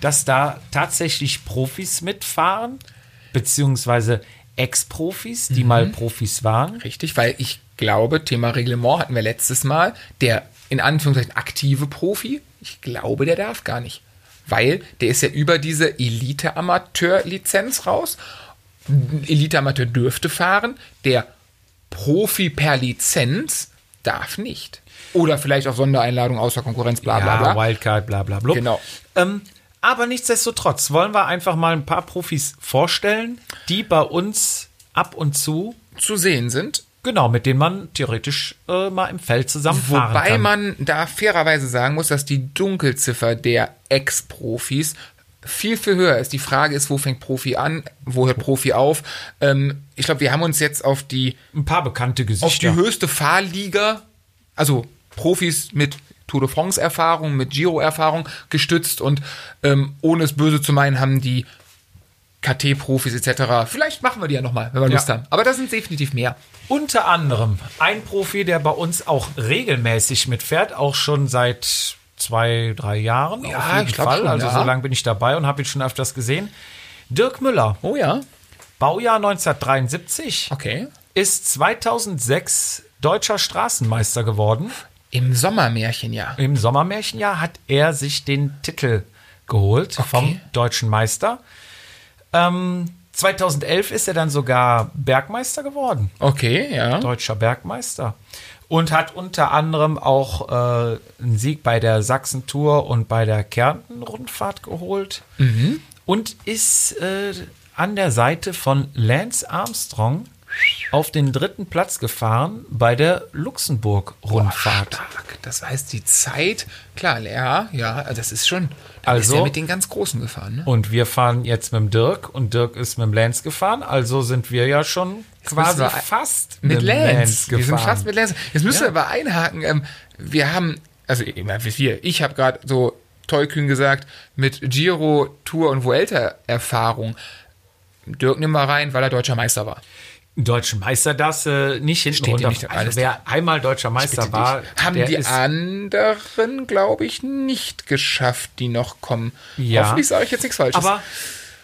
Speaker 2: dass da tatsächlich Profis mitfahren, beziehungsweise Ex-Profis,
Speaker 1: Mhm.
Speaker 2: die mal Profis waren.
Speaker 1: Richtig, weil ich glaube, Thema Reglement hatten wir letztes Mal, der in Anführungszeichen aktive Profi, ich glaube, der darf gar nicht. Weil der ist ja über diese Elite-Amateur-Lizenz raus. Elite-Amateur dürfte fahren, der Profi per Lizenz darf nicht. Oder vielleicht auf Sondereinladung außer Konkurrenz, bla bla bla.
Speaker 2: Ja, Wildcard, bla bla bla.
Speaker 1: Genau.
Speaker 2: Ähm, aber nichtsdestotrotz wollen wir einfach mal ein paar Profis vorstellen, die bei uns ab und zu,
Speaker 1: Zu sehen sind.
Speaker 2: genau, mit denen man theoretisch äh, mal im Feld zusammenfahren
Speaker 1: Wobei
Speaker 2: kann.
Speaker 1: man da fairerweise sagen muss, dass die Dunkelziffer der Ex-Profis viel, viel höher ist. Die Frage ist, wo fängt Profi an, wo hört Profi auf? Ähm, ich glaube, wir haben uns jetzt auf die,
Speaker 2: ein paar bekannte
Speaker 1: auf die
Speaker 2: Gesichter.
Speaker 1: höchste Fahrliga, also Profis mit Tour de France-Erfahrung, mit Giro-Erfahrung gestützt und ähm, ohne es böse zu meinen, haben die KT-Profis etc. Vielleicht machen wir die ja nochmal, wenn wir
Speaker 2: Ja.
Speaker 1: Lust haben. Aber das sind definitiv mehr.
Speaker 2: Unter anderem ein Profi, der bei uns auch regelmäßig mitfährt, auch schon seit zwei, drei Jahren. Ja, auf jeden
Speaker 1: ich glaub
Speaker 2: Fall.
Speaker 1: schon,
Speaker 2: also
Speaker 1: ja.
Speaker 2: so lange bin ich dabei und habe ihn schon öfters gesehen. Dirk Müller,
Speaker 1: Oh ja.
Speaker 2: Baujahr 1973,
Speaker 1: Okay.
Speaker 2: ist 2006 deutscher Straßenmeister geworden.
Speaker 1: Im Sommermärchen, ja.
Speaker 2: Im Sommermärchenjahr hat er sich den Titel geholt vom deutschen Meister. Ähm, 2011 ist er dann sogar Bergmeister geworden.
Speaker 1: Okay, ja.
Speaker 2: deutscher Bergmeister. Und hat unter anderem auch äh, einen Sieg bei der Sachsen-Tour und bei der Kärnten-Rundfahrt geholt.
Speaker 1: Mhm.
Speaker 2: Und ist äh, an der Seite von Lance Armstrong auf den dritten Platz gefahren bei der Luxemburg-Rundfahrt.
Speaker 1: Stark. Das heißt, die Zeit, klar, ja, ja, das ist schon. Da
Speaker 2: Also-
Speaker 1: ist er mit den ganz Großen gefahren, ne?
Speaker 2: Und wir fahren jetzt mit dem Dirk und Dirk ist mit dem Lance gefahren. Also sind wir ja schon
Speaker 1: müssen
Speaker 2: quasi
Speaker 1: wir-
Speaker 2: fast
Speaker 1: Mit
Speaker 2: dem
Speaker 1: Lance. Wir sind
Speaker 2: gefahren.
Speaker 1: fast mit Lance. Jetzt müssen wir aber einhaken. Ähm, wir haben, also ich meine, wir, ich habe gerade so tollkühn gesagt, mit Giro, Tour und Vuelta-Erfahrung. Dirk nimm mal rein, weil er deutscher Meister war.
Speaker 2: Deutschen Meister darfst du nicht hinten
Speaker 1: Steht dir
Speaker 2: runter.
Speaker 1: nicht alles
Speaker 2: also wer einmal deutscher Meister war,
Speaker 1: Haben
Speaker 2: der
Speaker 1: die
Speaker 2: ist,
Speaker 1: anderen, glaube ich, nicht geschafft, die noch kommen.
Speaker 2: Ja.
Speaker 1: Hoffentlich sage ich jetzt nichts Falsches.
Speaker 2: aber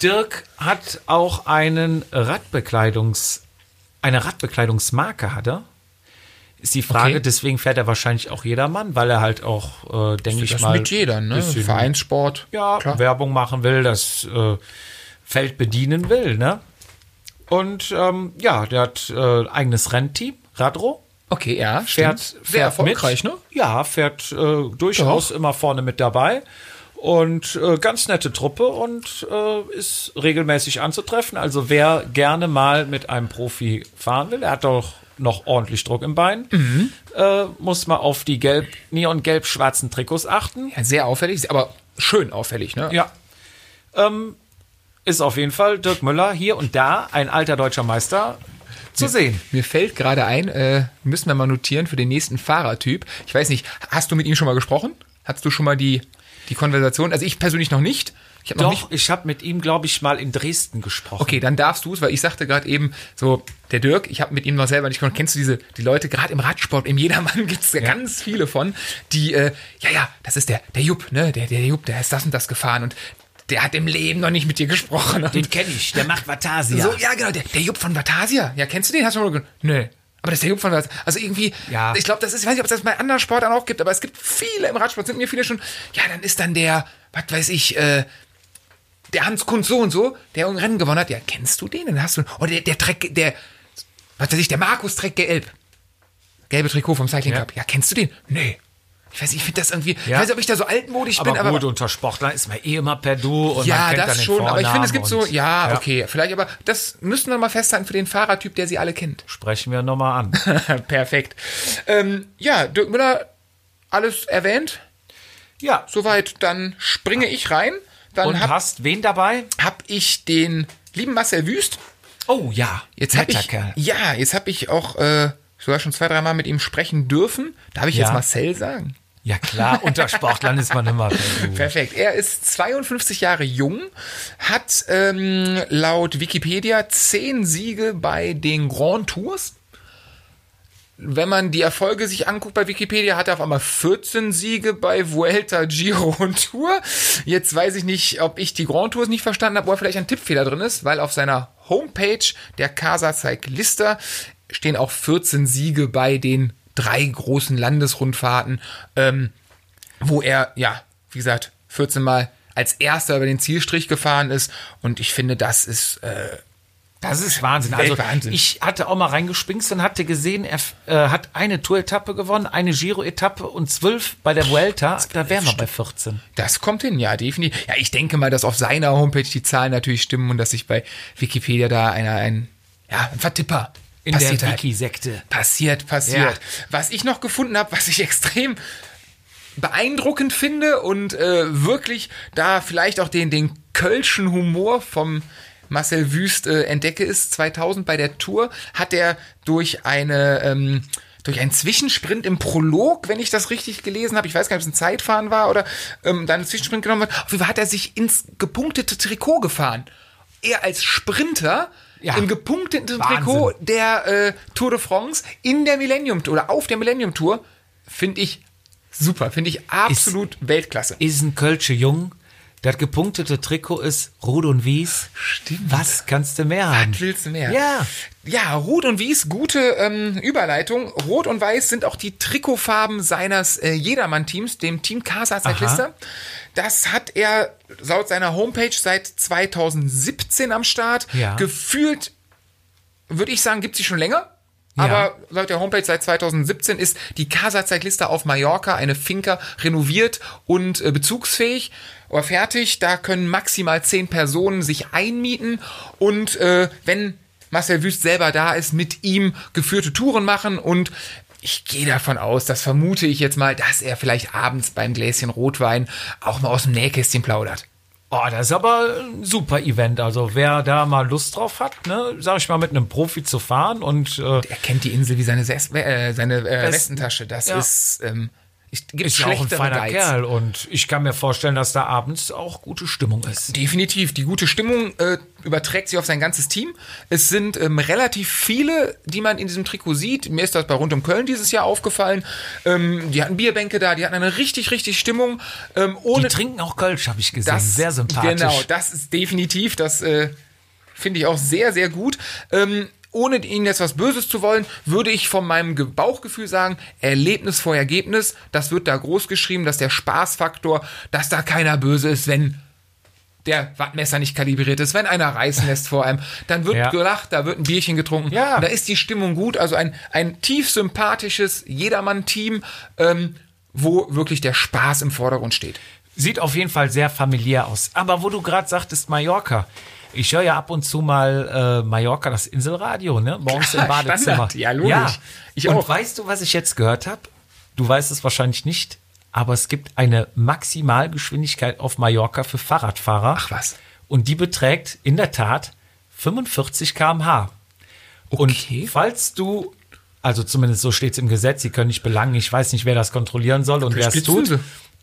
Speaker 2: Dirk hat auch einen Radbekleidungs eine Radbekleidungsmarke hat er. Ist die Frage,
Speaker 1: Okay.
Speaker 2: deswegen fährt er wahrscheinlich auch jedermann, weil er halt auch äh, denke ich
Speaker 1: das
Speaker 2: mal
Speaker 1: mit jeder, ne?
Speaker 2: bisschen-
Speaker 1: Vereinssport.
Speaker 2: ja,
Speaker 1: klar.
Speaker 2: Werbung machen will, das äh, Feld bedienen will, ne? Und ähm, ja, der hat äh, eigenes Rennteam, Radro.
Speaker 1: Okay, ja, stimmt.
Speaker 2: fährt, fährt
Speaker 1: Mhm. sehr erfolgreich,
Speaker 2: mit.
Speaker 1: ne?
Speaker 2: Ja, fährt äh, durchaus immer vorne mit dabei. Und äh, ganz nette Truppe und äh, ist regelmäßig anzutreffen. Also wer gerne mal mit einem Profi fahren will, er hat auch noch ordentlich Druck im Bein.
Speaker 1: Mhm.
Speaker 2: Äh, muss man auf die gelb, neon-gelb-schwarzen Trikots achten.
Speaker 1: Ja, sehr auffällig, aber schön auffällig, ne?
Speaker 2: Ja. Ähm, ist auf jeden Fall Dirk Müller hier und da ein alter deutscher Meister zu sehen.
Speaker 1: Mir fällt gerade ein, äh, müssen wir mal notieren für den nächsten Fahrertyp. Ich weiß nicht, hast du mit ihm schon mal gesprochen? Hattest du schon mal die, die Konversation? Also ich persönlich noch nicht. Ich habe noch nicht.
Speaker 2: Doch, ich habe mit ihm, glaube ich, mal in Dresden gesprochen.
Speaker 1: Okay, dann darfst du es, weil ich sagte gerade eben so, der Dirk, ich habe mit ihm noch selber nicht gesprochen. Kennst du diese die Leute gerade im Radsport, im Jedermann [laughs] gibt's ja. ganz viele von, die äh, ja ja, das ist der der Jupp, ne, der der Jupp, der ist das und das gefahren und der hat im Leben noch nicht mit dir gesprochen. Und
Speaker 2: Den kenne ich, der macht Vatasia.
Speaker 1: So, ja, genau, der, der Jupp von Batasia. Ja, kennst du den? Hast du schon mal ge- Nö. Aber das ist der Jupp von Batasia. Also irgendwie,
Speaker 2: Ja.
Speaker 1: ich glaube, das ist, ich weiß nicht, ob es das bei anderen Sportarten auch gibt, aber es gibt viele im Radsport, sind mir viele schon, ja, dann ist dann der, was weiß ich, äh, der Hans Kunz so und so, der ein Rennen gewonnen hat. Ja, kennst du den? Dann hast du, oder der, der Trek, der, was weiß ich, der Markus trägt gelb. Gelbe Trikot vom Cycling
Speaker 2: Ja.
Speaker 1: Cup. Ja, kennst du den? Nee. Ich weiß, nicht, ich finde das irgendwie, ich
Speaker 2: Ja.
Speaker 1: weiß nicht, ob ich da so altmodisch
Speaker 2: aber
Speaker 1: bin,
Speaker 2: gut,
Speaker 1: aber
Speaker 2: unter Sportlern ist man eh immer per Du und man
Speaker 1: ja,
Speaker 2: kennt dann
Speaker 1: das
Speaker 2: den
Speaker 1: schon, aber ich finde, es gibt so,
Speaker 2: Vornamen und-
Speaker 1: ja, okay, vielleicht, aber das müssen wir mal festhalten für den Fahrertyp, der sie alle
Speaker 2: [laughs]
Speaker 1: kennt.
Speaker 2: Sprechen wir nochmal
Speaker 1: [laughs]
Speaker 2: an.
Speaker 1: Perfekt. Ähm, ja, Dirk Müller, alles erwähnt,
Speaker 2: Ja,
Speaker 1: soweit, dann springe ich rein, dann
Speaker 2: und
Speaker 1: hab,
Speaker 2: hast wen dabei?
Speaker 1: hab ich den lieben Marcel Wüst,
Speaker 2: Oh ja,
Speaker 1: jetzt hab
Speaker 2: netter
Speaker 1: ich,
Speaker 2: Kerl.
Speaker 1: ja, jetzt hab ich auch äh, sogar schon zwei, dreimal mit ihm sprechen dürfen, darf ich
Speaker 2: Ja.
Speaker 1: jetzt Marcel sagen?
Speaker 2: Ja klar, unter Sportlern ist man immer per
Speaker 1: [laughs]
Speaker 2: Du.
Speaker 1: Perfekt. Er ist 52 Jahre jung, hat ähm, laut Wikipedia 10 Siege bei den Grand Tours. Wenn man die Erfolge sich anguckt bei Wikipedia, hat er auf einmal 14 Siege bei Vuelta, Giro [laughs] und Tour. Jetzt weiß ich nicht, ob ich die Grand Tours nicht verstanden habe oder vielleicht ein Tippfehler drin ist, weil auf seiner Homepage der Casa Cyclista stehen auch 14 Siege bei den drei großen Landesrundfahrten. Ähm, wo er, ja, wie gesagt, 14 Mal als erster über den Zielstrich gefahren ist. Und ich finde, das ist, äh,
Speaker 2: Das ist Wahnsinn. Also
Speaker 1: Weltwahnsinn.
Speaker 2: ich hatte auch mal reingespingst und hatte gesehen, er f- äh, hat eine Tour-Etappe gewonnen, eine Giro-Etappe und zwölf bei der Vuelta. Da wären wir bei 14.
Speaker 1: das kommt hin, ja, definitiv. Ja, ich denke mal, dass auf seiner Homepage die Zahlen natürlich stimmen und dass sich bei Wikipedia da einer ein, ja, ein Vertipper
Speaker 2: In
Speaker 1: passiert
Speaker 2: der
Speaker 1: hat.
Speaker 2: Wiki-Sekte.
Speaker 1: Passiert, passiert.
Speaker 2: Ja.
Speaker 1: Was ich noch gefunden habe, was ich [laughs] extrem beeindruckend finde und äh, wirklich da vielleicht auch den, den kölschen Humor vom Marcel Wüst äh, entdecke, ist 2000 bei der Tour hat er durch eine ähm, durch einen Zwischensprint im Prolog, wenn ich das richtig gelesen habe, ich weiß gar nicht, ob es ein Zeitfahren war oder ähm, dann einen Zwischensprint genommen hat, auf jeden Fall hat er sich ins gepunktete Trikot gefahren. Er als Sprinter
Speaker 2: Ja.
Speaker 1: im gepunkteten
Speaker 2: Wahnsinn.
Speaker 1: Trikot der äh, Tour de France in der Millennium Tour oder auf der Millennium Tour finde ich super, finde ich absolut Weltklasse.
Speaker 2: Ist ein Kölsche Jung. Das gepunktete Trikot ist Rot und Wies.
Speaker 1: Stimmt.
Speaker 2: Was kannst du mehr haben?
Speaker 1: Was willst du mehr?
Speaker 2: Ja.
Speaker 1: Ja, Rot und Wies, gute ähm, Überleitung. Rot und Weiß sind auch die Trikotfarben seines äh, Jedermann-Teams, dem Team Casa Cyclista. Das hat er laut seiner Homepage seit 2017 am Start.
Speaker 2: Ja.
Speaker 1: Gefühlt, würde ich sagen, gibt sie schon länger. Aber laut der Homepage seit 2017 ist die Casa Cyclista auf Mallorca, eine Finca, renoviert und äh, bezugsfähig oder fertig. Da können maximal zehn Personen sich einmieten und äh, wenn Marcel Wüst selber da ist, mit ihm geführte Touren machen und ich gehe davon aus, das vermute ich jetzt mal, dass er vielleicht abends beim Gläschen Rotwein auch mal aus dem Nähkästchen plaudert.
Speaker 2: Oh, das ist aber ein super Event. Also wer da mal Lust drauf hat, ne, sag ich mal, mit einem Profi zu fahren und äh,
Speaker 1: Er kennt die Insel wie seine, Ses äh, seine äh,
Speaker 2: Westen-
Speaker 1: Westentasche. Das
Speaker 2: Ja.
Speaker 1: ist, ähm, ich, gibt
Speaker 2: ist ja auch ein
Speaker 1: schlechtere
Speaker 2: feiner
Speaker 1: Guides.
Speaker 2: Kerl. Und ich kann mir vorstellen, dass da abends auch gute Stimmung ist.
Speaker 1: Definitiv. Die gute Stimmung äh, überträgt sich auf sein ganzes Team. Es sind ähm, relativ viele, die man in diesem Trikot sieht. Mir ist das bei Rund um Köln dieses Jahr aufgefallen. Ähm, die hatten Bierbänke da, die hatten eine richtig, richtig Stimmung. Ähm,
Speaker 2: Die
Speaker 1: ohne
Speaker 2: trinken auch Kölsch, habe ich gesehen.
Speaker 1: das,
Speaker 2: Sehr sympathisch.
Speaker 1: Genau, das ist definitiv, das äh, finde ich auch sehr, sehr gut. Ähm, ohne Ihnen jetzt was Böses zu wollen, würde ich von meinem Ge- Bauchgefühl sagen, Erlebnis vor Ergebnis, das wird da groß geschrieben, dass der Spaßfaktor, dass da keiner böse ist, wenn der Wattmesser nicht kalibriert ist, wenn einer reißen lässt vor einem, dann wird
Speaker 2: Ja.
Speaker 1: gelacht, da wird ein Bierchen getrunken,
Speaker 2: Ja.
Speaker 1: Und da ist die Stimmung gut, also ein, ein tief sympathisches Jedermann-Team, ähm, wo wirklich der Spaß im Vordergrund steht.
Speaker 2: Sieht auf jeden Fall sehr familiär aus. Aber wo du gerade sagtest, Mallorca. Ich höre ja ab und zu mal äh, Mallorca, das Inselradio, ne? Morgens im
Speaker 1: Klar,
Speaker 2: Badezimmer.
Speaker 1: Standard. Ja, logisch. Ich
Speaker 2: Ich und
Speaker 1: auch.
Speaker 2: weißt du, was ich jetzt gehört habe? Du weißt es wahrscheinlich nicht, aber es gibt eine Maximalgeschwindigkeit auf Mallorca für Fahrradfahrer.
Speaker 1: Ach was.
Speaker 2: Und die beträgt in der Tat 45 km/h.
Speaker 1: Okay.
Speaker 2: Und falls du, also zumindest so steht es im Gesetz, sie können nicht belangen, ich weiß nicht, wer das kontrollieren soll und wer es
Speaker 1: Spitzen
Speaker 2: tut.
Speaker 1: sie.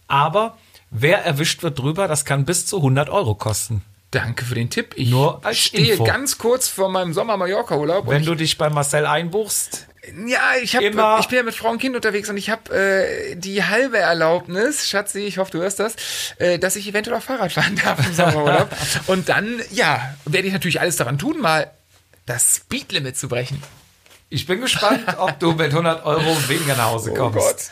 Speaker 2: Aber wer erwischt wird drüber, das kann bis zu 100 Euro kosten.
Speaker 1: Danke für den Tipp. Ich
Speaker 2: Nur als
Speaker 1: stehe
Speaker 2: Info.
Speaker 1: ganz kurz vor meinem Sommer-Mallorca-Urlaub. und
Speaker 2: Wenn du dich bei Marcel einbuchst,
Speaker 1: Ja, ich hab,
Speaker 2: Immer-
Speaker 1: ich bin ja mit Frau und Kind unterwegs und ich habe äh, die halbe Erlaubnis, Schatzi, ich hoffe, du hörst das, äh, dass ich eventuell auch Fahrrad fahren darf im
Speaker 2: [laughs]
Speaker 1: Sommerurlaub. und dann, ja, werde ich natürlich alles daran tun, mal das Speedlimit zu brechen.
Speaker 2: ich bin gespannt, ob du mit 100 Euro weniger nach
Speaker 1: Oh
Speaker 2: Hause kommst.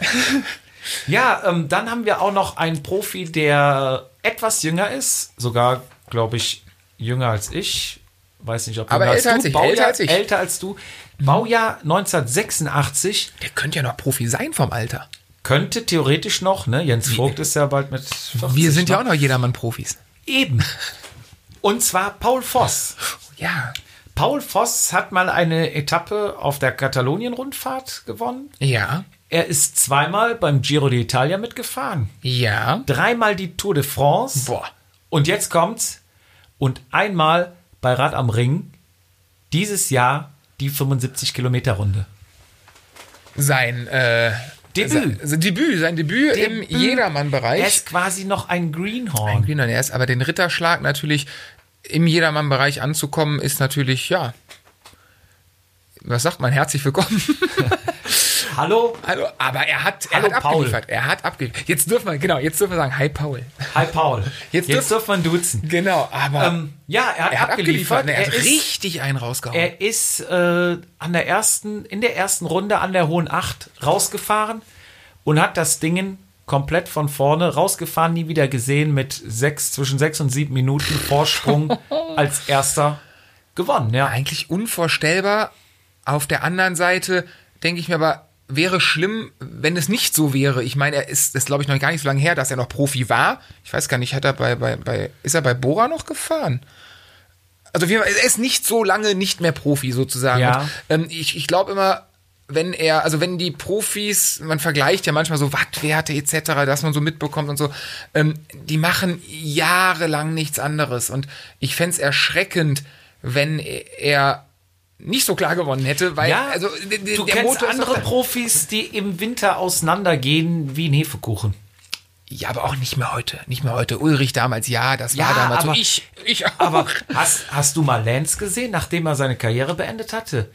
Speaker 2: Ja, ähm, dann haben wir auch noch einen Profi, der etwas jünger ist, sogar, glaube ich, jünger als ich. Weiß nicht, ob
Speaker 1: Aber
Speaker 2: jünger
Speaker 1: älter
Speaker 2: als
Speaker 1: als
Speaker 2: du.
Speaker 1: ich,
Speaker 2: Baujahr,
Speaker 1: älter als ich.
Speaker 2: Älter als du. Baujahr 1986
Speaker 1: Der könnte ja noch Profi sein vom Alter.
Speaker 2: könnte theoretisch noch, ne? Jens Vogt ist ja bald mit 40
Speaker 1: Wir sind ja auch
Speaker 2: noch.
Speaker 1: noch jedermann Profis. [laughs]
Speaker 2: Eben. Und zwar Paul Voss.
Speaker 1: Ja.
Speaker 2: Paul Voss hat mal eine Etappe auf der Katalonien-Rundfahrt gewonnen.
Speaker 1: Ja.
Speaker 2: Er ist zweimal beim Giro d'Italia mitgefahren.
Speaker 1: Ja.
Speaker 2: Dreimal die Tour de France.
Speaker 1: Boah.
Speaker 2: Und jetzt kommt's. Und einmal bei Rad am Ring dieses Jahr die 75 Kilometer Runde.
Speaker 1: Sein äh,
Speaker 2: Debüt.
Speaker 1: Sein, Debüt, sein Debüt, im
Speaker 2: Debüt.
Speaker 1: Jedermann-Bereich.
Speaker 2: Er ist quasi noch ein Greenhorn.
Speaker 1: Greener er ist, aber den Ritterschlag natürlich im Jedermann-Bereich anzukommen, ist natürlich, ja. Was sagt man? Herzlich
Speaker 2: [laughs]
Speaker 1: willkommen.
Speaker 2: Hallo,
Speaker 1: Hallo, aber er hat, er
Speaker 2: Hallo,
Speaker 1: hat
Speaker 2: Paul.
Speaker 1: abgeliefert. Er hat abgeliefert. Jetzt dürfen wir, genau, jetzt dürfen wir sagen, hi Paul.
Speaker 2: hi Paul.
Speaker 1: Jetzt
Speaker 2: Jetzt,
Speaker 1: dürf-
Speaker 2: dürfen wir duzen.
Speaker 1: Genau, aber
Speaker 2: Ähm, ja, er hat,
Speaker 1: er hat abgeliefert.
Speaker 2: abgeliefert.
Speaker 1: und Er, hat
Speaker 2: ist-
Speaker 1: richtig einen rausgehauen.
Speaker 2: Er ist äh, an der ersten, in der ersten Runde an der hohen Acht rausgefahren und hat das Dingen komplett von vorne rausgefahren, nie wieder gesehen, mit sechs, zwischen sechs und sieben Minuten
Speaker 1: [laughs]
Speaker 2: Vorsprung als erster gewonnen. Ja.
Speaker 1: Eigentlich unvorstellbar. Auf der anderen Seite denke ich mir aber, wäre schlimm, wenn es nicht so wäre. Ich meine, er ist, das glaube ich noch gar nicht so lange her, dass er noch Profi war. Ich weiß gar nicht, hat er bei, bei, bei ist er bei Bora noch gefahren? Also auf jeden Fall, er ist nicht so lange nicht mehr Profi sozusagen.
Speaker 2: Ja.
Speaker 1: Und, ähm, ich ich glaube immer, wenn er, also wenn die Profis, man vergleicht ja manchmal so Wattwerte etc., dass man so mitbekommt und so, ähm, die machen jahrelang nichts anderes. Und ich fänd's erschreckend, wenn er nicht so klar gewonnen hätte, weil
Speaker 2: Ja,
Speaker 1: also d- d-
Speaker 2: du
Speaker 1: der Motor
Speaker 2: kennst
Speaker 1: ist doch
Speaker 2: andere
Speaker 1: da.
Speaker 2: Profis, die im Winter auseinandergehen wie ein Hefekuchen.
Speaker 1: Ja, aber auch nicht mehr heute. Nicht mehr heute. Ulrich damals, ja, das war damals so. Ich, ich auch.
Speaker 2: aber hast, hast du mal Lance gesehen, nachdem er seine Karriere beendet hatte?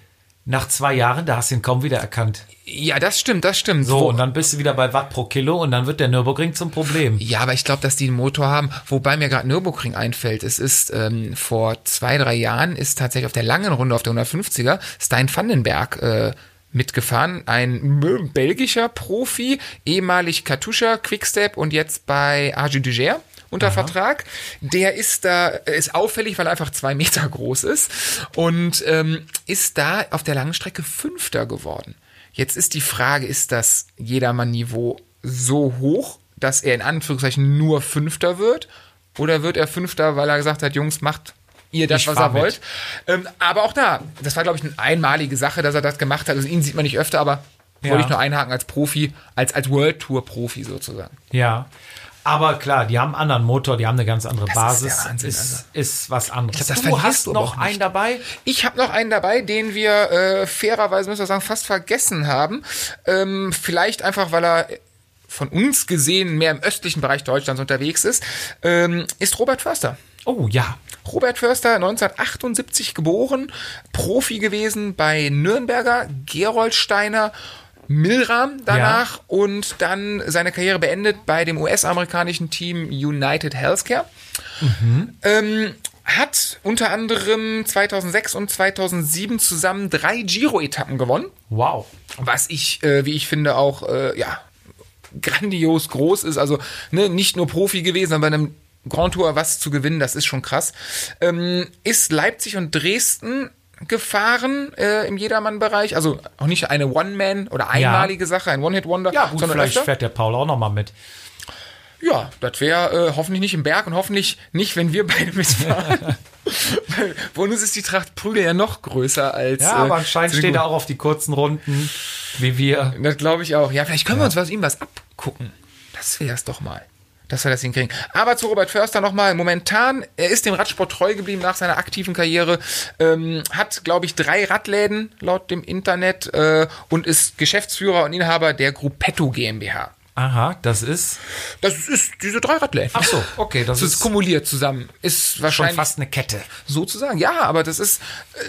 Speaker 2: Nach zwei Jahren, da hast du ihn kaum wieder erkannt.
Speaker 1: ja, das stimmt, das stimmt.
Speaker 2: So,
Speaker 1: Wo-
Speaker 2: und dann bist du wieder bei Watt pro Kilo und dann wird der Nürburgring zum Problem.
Speaker 1: Ja, aber ich glaube, dass die einen Motor haben, wobei mir gerade Nürburgring einfällt. Es ist ähm, vor zwei, drei Jahren ist tatsächlich auf der langen Runde auf der 150er Stein Vandenberg äh, mitgefahren. Ein m- belgischer Profi, ehemalig Katusha, Quickstep und jetzt bei Argy Duger unter Vertrag. Der ist da, äh, ist auffällig, weil er einfach zwei Meter groß ist und ähm, ist da auf der langen Strecke Fünfter geworden. Jetzt ist die Frage, ist das Jedermann-Niveau so hoch, dass er in Anführungszeichen nur Fünfter wird? Oder wird er Fünfter, weil er gesagt hat, Jungs, macht ihr das,
Speaker 2: Ich
Speaker 1: was
Speaker 2: fahr
Speaker 1: ihr
Speaker 2: mit.
Speaker 1: wollt? Ähm, aber auch da, das war, glaube ich, eine einmalige Sache, dass er das gemacht hat. Also ihn sieht man nicht öfter, aber
Speaker 2: Ja.
Speaker 1: wollte ich nur einhaken als Profi, als, als World Tour Profi sozusagen.
Speaker 2: Ja. Aber klar, die haben einen anderen Motor, die haben eine ganz andere
Speaker 1: Das ist der
Speaker 2: Basis.
Speaker 1: Wahnsinn,
Speaker 2: ist,
Speaker 1: also.
Speaker 2: ist was anderes.
Speaker 1: das
Speaker 2: du
Speaker 1: verlierst
Speaker 2: hast
Speaker 1: du aber
Speaker 2: noch
Speaker 1: auch nicht.
Speaker 2: einen dabei.
Speaker 1: Ich habe noch einen dabei, den wir äh, fairerweise, müssen wir sagen, fast vergessen haben. Ähm, vielleicht einfach, weil er von uns gesehen mehr im östlichen Bereich Deutschlands unterwegs ist, ähm, ist Robert Förster.
Speaker 2: Oh ja.
Speaker 1: Robert Förster, 1978 geboren, Profi gewesen bei Nürnberger, Gerolsteiner, Milram danach und dann seine Karriere beendet bei dem US-amerikanischen Team United Healthcare. Ähm, hat unter anderem 2006 und 2007 zusammen drei Giro-Etappen gewonnen
Speaker 2: Wow.
Speaker 1: was ich, äh, wie ich finde, auch äh, ja, grandios groß ist. Also ne, nicht nur Profi gewesen, aber bei einem Grand Tour was zu gewinnen, das ist schon krass. Ähm, ist Leipzig und Dresden gefahren äh, im Jedermann-Bereich. Also auch nicht eine One-Man- oder einmalige Sache, ein One-Hit-Wonder.
Speaker 2: Ja, gut,
Speaker 1: sondern
Speaker 2: vielleicht
Speaker 1: öfter.
Speaker 2: fährt der Paul auch nochmal mit. [laughs]
Speaker 1: Ja, das wäre äh, hoffentlich nicht im Berg und hoffentlich nicht, wenn wir beide mitfahren. Bei uns ist die Tracht Prügel ja noch größer als.
Speaker 2: Ja, aber
Speaker 1: äh,
Speaker 2: anscheinend
Speaker 1: zu den
Speaker 2: steht
Speaker 1: guten.
Speaker 2: er auch auf die kurzen Runden, wie wir.
Speaker 1: Das glaube ich auch. Ja, vielleicht können wir uns was, ihm was abgucken. Das wäre es doch mal. Dass wir das hinkriegen. Aber zu Robert Förster nochmal. Momentan, er ist dem Radsport treu geblieben nach seiner aktiven Karriere. Ähm, hat, glaube ich, drei Radläden laut dem Internet äh, und ist Geschäftsführer und Inhaber der Gruppetto GmbH.
Speaker 2: Aha, das ist.
Speaker 1: Das ist diese drei Radläden.
Speaker 2: Ach so, okay, das
Speaker 1: Das ist
Speaker 2: ist
Speaker 1: kumuliert zusammen. Ist
Speaker 2: schon
Speaker 1: wahrscheinlich
Speaker 2: fast eine Kette.
Speaker 1: sozusagen. Ja, aber das ist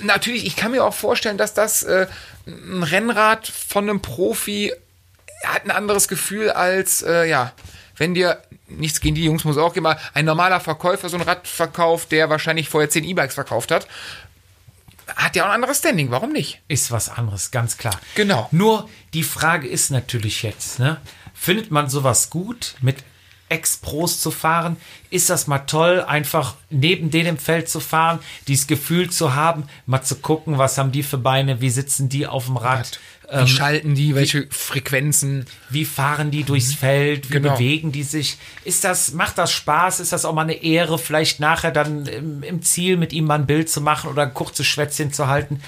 Speaker 1: äh, natürlich, ich kann mir auch vorstellen, dass das äh, ein Rennrad von einem Profi hat ein anderes Gefühl als, äh, ja, wenn dir, nichts gegen die Jungs muss auch immer, ein normaler Verkäufer so ein Rad verkauft, der wahrscheinlich vorher 10 E-Bikes verkauft hat, hat ja auch ein anderes Standing, warum nicht?
Speaker 2: Ist was anderes, ganz klar.
Speaker 1: Genau.
Speaker 2: Nur die Frage ist natürlich jetzt, ne? Findet man sowas gut, mit Ex-Pros zu fahren? Ist das mal toll, einfach neben denen im Feld zu fahren, dieses Gefühl zu haben, mal zu gucken, was haben die für Beine, wie sitzen die auf dem Rad? Ähm,
Speaker 1: Wie schalten die, welche Frequenzen?
Speaker 2: Wie fahren die durchs Feld? Wie
Speaker 1: Genau.
Speaker 2: bewegen die sich? Ist das, macht das Spaß? Ist das auch mal eine Ehre, vielleicht nachher dann im, im Ziel mit ihm mal ein Bild zu machen oder ein kurzes Schwätzchen zu halten?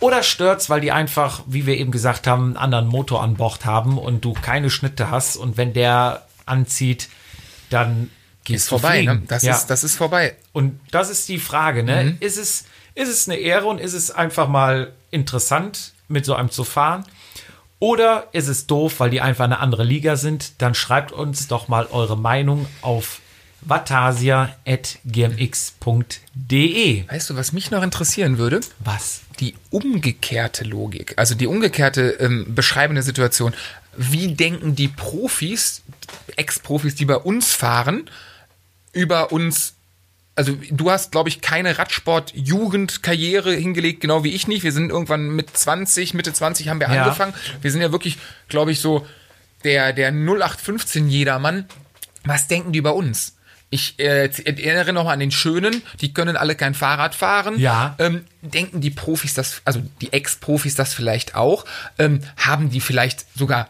Speaker 2: Oder stört's, weil die einfach, wie wir eben gesagt haben, einen anderen Motor an Bord haben und du keine Schnitte hast und wenn der anzieht, dann geht's
Speaker 1: Ist vorbei, ne? Das,
Speaker 2: ja.
Speaker 1: ist, das ist vorbei.
Speaker 2: Und das ist die Frage, ne? Ist, es, ist es eine Ehre und ist es einfach mal interessant, mit so einem zu fahren? Oder ist es doof, weil die einfach eine andere Liga sind? Dann schreibt uns doch mal eure Meinung auf vatasia.gmx.de.
Speaker 1: Weißt du, was mich noch interessieren würde?
Speaker 2: Was?
Speaker 1: die umgekehrte Logik, also die umgekehrte ähm, beschreibende Situation. Wie denken die Profis, Ex-Profis, die bei uns fahren, über uns? Also du hast, glaube ich, keine Radsport-Jugendkarriere hingelegt, genau wie ich nicht. Wir sind irgendwann mit 20, Mitte 20 haben wir
Speaker 2: Ja.
Speaker 1: angefangen. Wir sind ja wirklich, glaube ich, so der, der 0815-Jedermann. Was denken die über uns? Ich äh, erinnere nochmal an den Schönen, die können alle kein Fahrrad fahren.
Speaker 2: Ja.
Speaker 1: Ähm, denken die Profis das, also die Ex-Profis das vielleicht auch? Ähm, haben die vielleicht sogar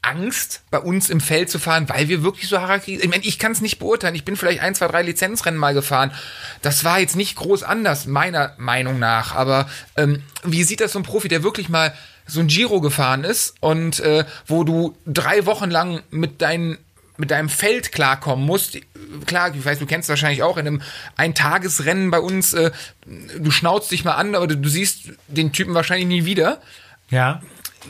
Speaker 1: Angst, bei uns im Feld zu fahren, weil wir wirklich so Harakiri. Ich meine, ich kann es nicht beurteilen. Ich bin vielleicht ein, zwei, drei Lizenzrennen mal gefahren. Das war jetzt nicht groß anders, meiner Meinung nach. Aber ähm, wie sieht das so ein Profi, der wirklich mal so ein Giro gefahren ist und äh, wo du drei Wochen lang mit deinen mit deinem Feld klarkommen musst. Klar, ich weiß, du kennst wahrscheinlich auch in einem Eintagesrennen bei uns, äh, du schnauzt dich mal an, aber du, du siehst den Typen wahrscheinlich nie wieder.
Speaker 2: Ja.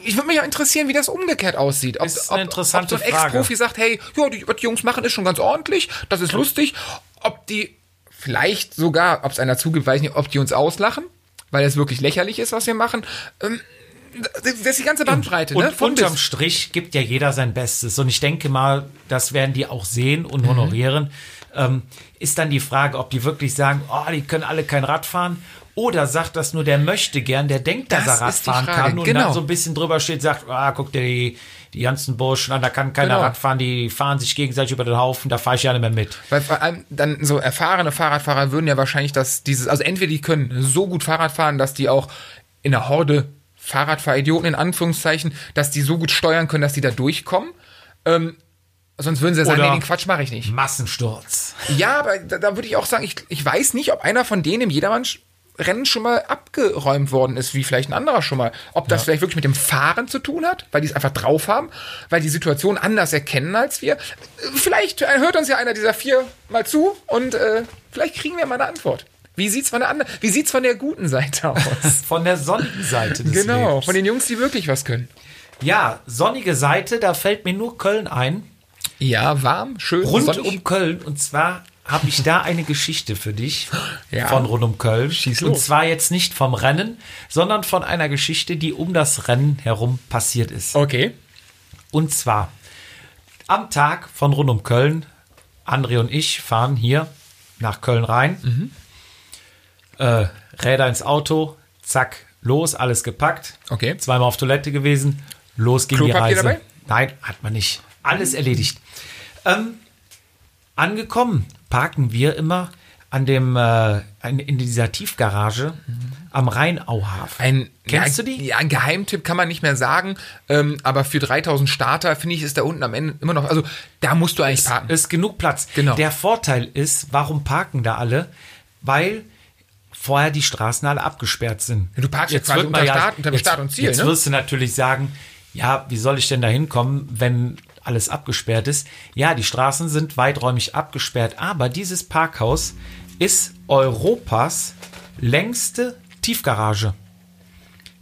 Speaker 1: Ich würde mich auch interessieren, wie das umgekehrt aussieht. Ob,
Speaker 2: Ist eine interessante
Speaker 1: ob, ob so ein
Speaker 2: Frage.
Speaker 1: Ex-Profi sagt, hey, ja, die, was die Jungs machen, ist schon ganz ordentlich, das ist lustig. Ob die vielleicht sogar, ob es einer zugibt, weiß ich nicht, ob die uns auslachen, weil es wirklich lächerlich ist, was wir machen. Ähm, das das ist die ganze Bandbreite, ne?
Speaker 2: Und
Speaker 1: Von bis.
Speaker 2: unterm Strich gibt ja jeder sein Bestes. Und ich denke mal, das werden die auch sehen und honorieren. Ähm, ist dann die Frage, ob die wirklich sagen, oh, die können alle kein Rad fahren. Oder sagt das nur, der möchte gern, der denkt, dass
Speaker 1: Das
Speaker 2: er Rad
Speaker 1: ist die
Speaker 2: fahren
Speaker 1: Frage,
Speaker 2: kann und
Speaker 1: genau.
Speaker 2: dann so ein bisschen drüber steht, sagt, ah, guck dir die, die ganzen Burschen an, da kann keiner
Speaker 1: Genau.
Speaker 2: Rad fahren, die fahren sich gegenseitig über den Haufen, da fahre ich ja nicht mehr mit.
Speaker 1: Weil vor allem dann so erfahrene Fahrradfahrer würden ja wahrscheinlich das, dieses, also entweder die können so gut Fahrrad fahren, dass die auch in der Horde Fahrradfahridioten in Anführungszeichen, dass die so gut steuern können, dass die da durchkommen. Ähm, sonst würden sie ja sagen,
Speaker 2: Oder-
Speaker 1: nee, den Quatsch mache ich nicht.
Speaker 2: Massensturz.
Speaker 1: Ja, aber da, da würde ich auch sagen, ich, ich weiß nicht, ob einer von denen im Jedermann-Rennen schon mal abgeräumt worden ist, wie vielleicht ein anderer schon mal. Ob das vielleicht wirklich mit dem Fahren zu tun hat, weil die es einfach drauf haben, weil die Situation anders erkennen als wir. Vielleicht äh, hört uns ja einer dieser vier mal zu und äh, vielleicht kriegen wir mal eine Antwort. Wie sieht's von der anderen, wie sieht's von der guten Seite [laughs] aus?
Speaker 2: Von der Sonnenseite des
Speaker 1: genau,
Speaker 2: Lebens.
Speaker 1: von den Jungs, die wirklich was können.
Speaker 2: Ja, sonnige Seite, da fällt mir nur Köln ein.
Speaker 1: Ja, warm, schön,
Speaker 2: rund
Speaker 1: sonnig.
Speaker 2: um Köln. Und zwar habe ich da eine Geschichte für dich
Speaker 1: [laughs] Ja.
Speaker 2: von rund um Köln.
Speaker 1: Schieß
Speaker 2: Und
Speaker 1: los.
Speaker 2: zwar jetzt nicht vom Rennen, sondern von einer Geschichte, die um das Rennen herum passiert ist.
Speaker 1: Okay.
Speaker 2: Und zwar am Tag von rund um Köln, André und ich fahren hier nach Köln rein.
Speaker 1: Mhm.
Speaker 2: Äh, Räder ins Auto, zack, los, alles gepackt.
Speaker 1: Okay.
Speaker 2: Zweimal auf Toilette gewesen, los ging die
Speaker 1: Klopapier
Speaker 2: Reise.
Speaker 1: dabei? Mhm.
Speaker 2: Nein, hat man nicht. Alles erledigt. Ähm, angekommen parken wir immer an dem äh, in, in dieser Tiefgarage am Rheinauhafen.
Speaker 1: Mhm. Ein,
Speaker 2: Kennst
Speaker 1: ja,
Speaker 2: du die?
Speaker 1: Ja, ein Geheimtipp kann man nicht mehr sagen, ähm, aber für 3000 Starter, finde ich, ist da unten am Ende immer noch, also da musst du eigentlich parken.
Speaker 2: ist genug Platz.
Speaker 1: Genau.
Speaker 2: Der Vorteil ist, warum parken da alle? Weil vorher die Straßen alle abgesperrt sind.
Speaker 1: Du parkst ja quasi
Speaker 2: wird man
Speaker 1: unter Start- unter dem
Speaker 2: jetzt,
Speaker 1: Start und Ziel,
Speaker 2: Jetzt
Speaker 1: ne?
Speaker 2: wirst du natürlich sagen, ja, wie soll ich denn da hinkommen, wenn alles abgesperrt ist? Ja, die Straßen sind weiträumig abgesperrt, aber dieses Parkhaus ist Europas längste Tiefgarage.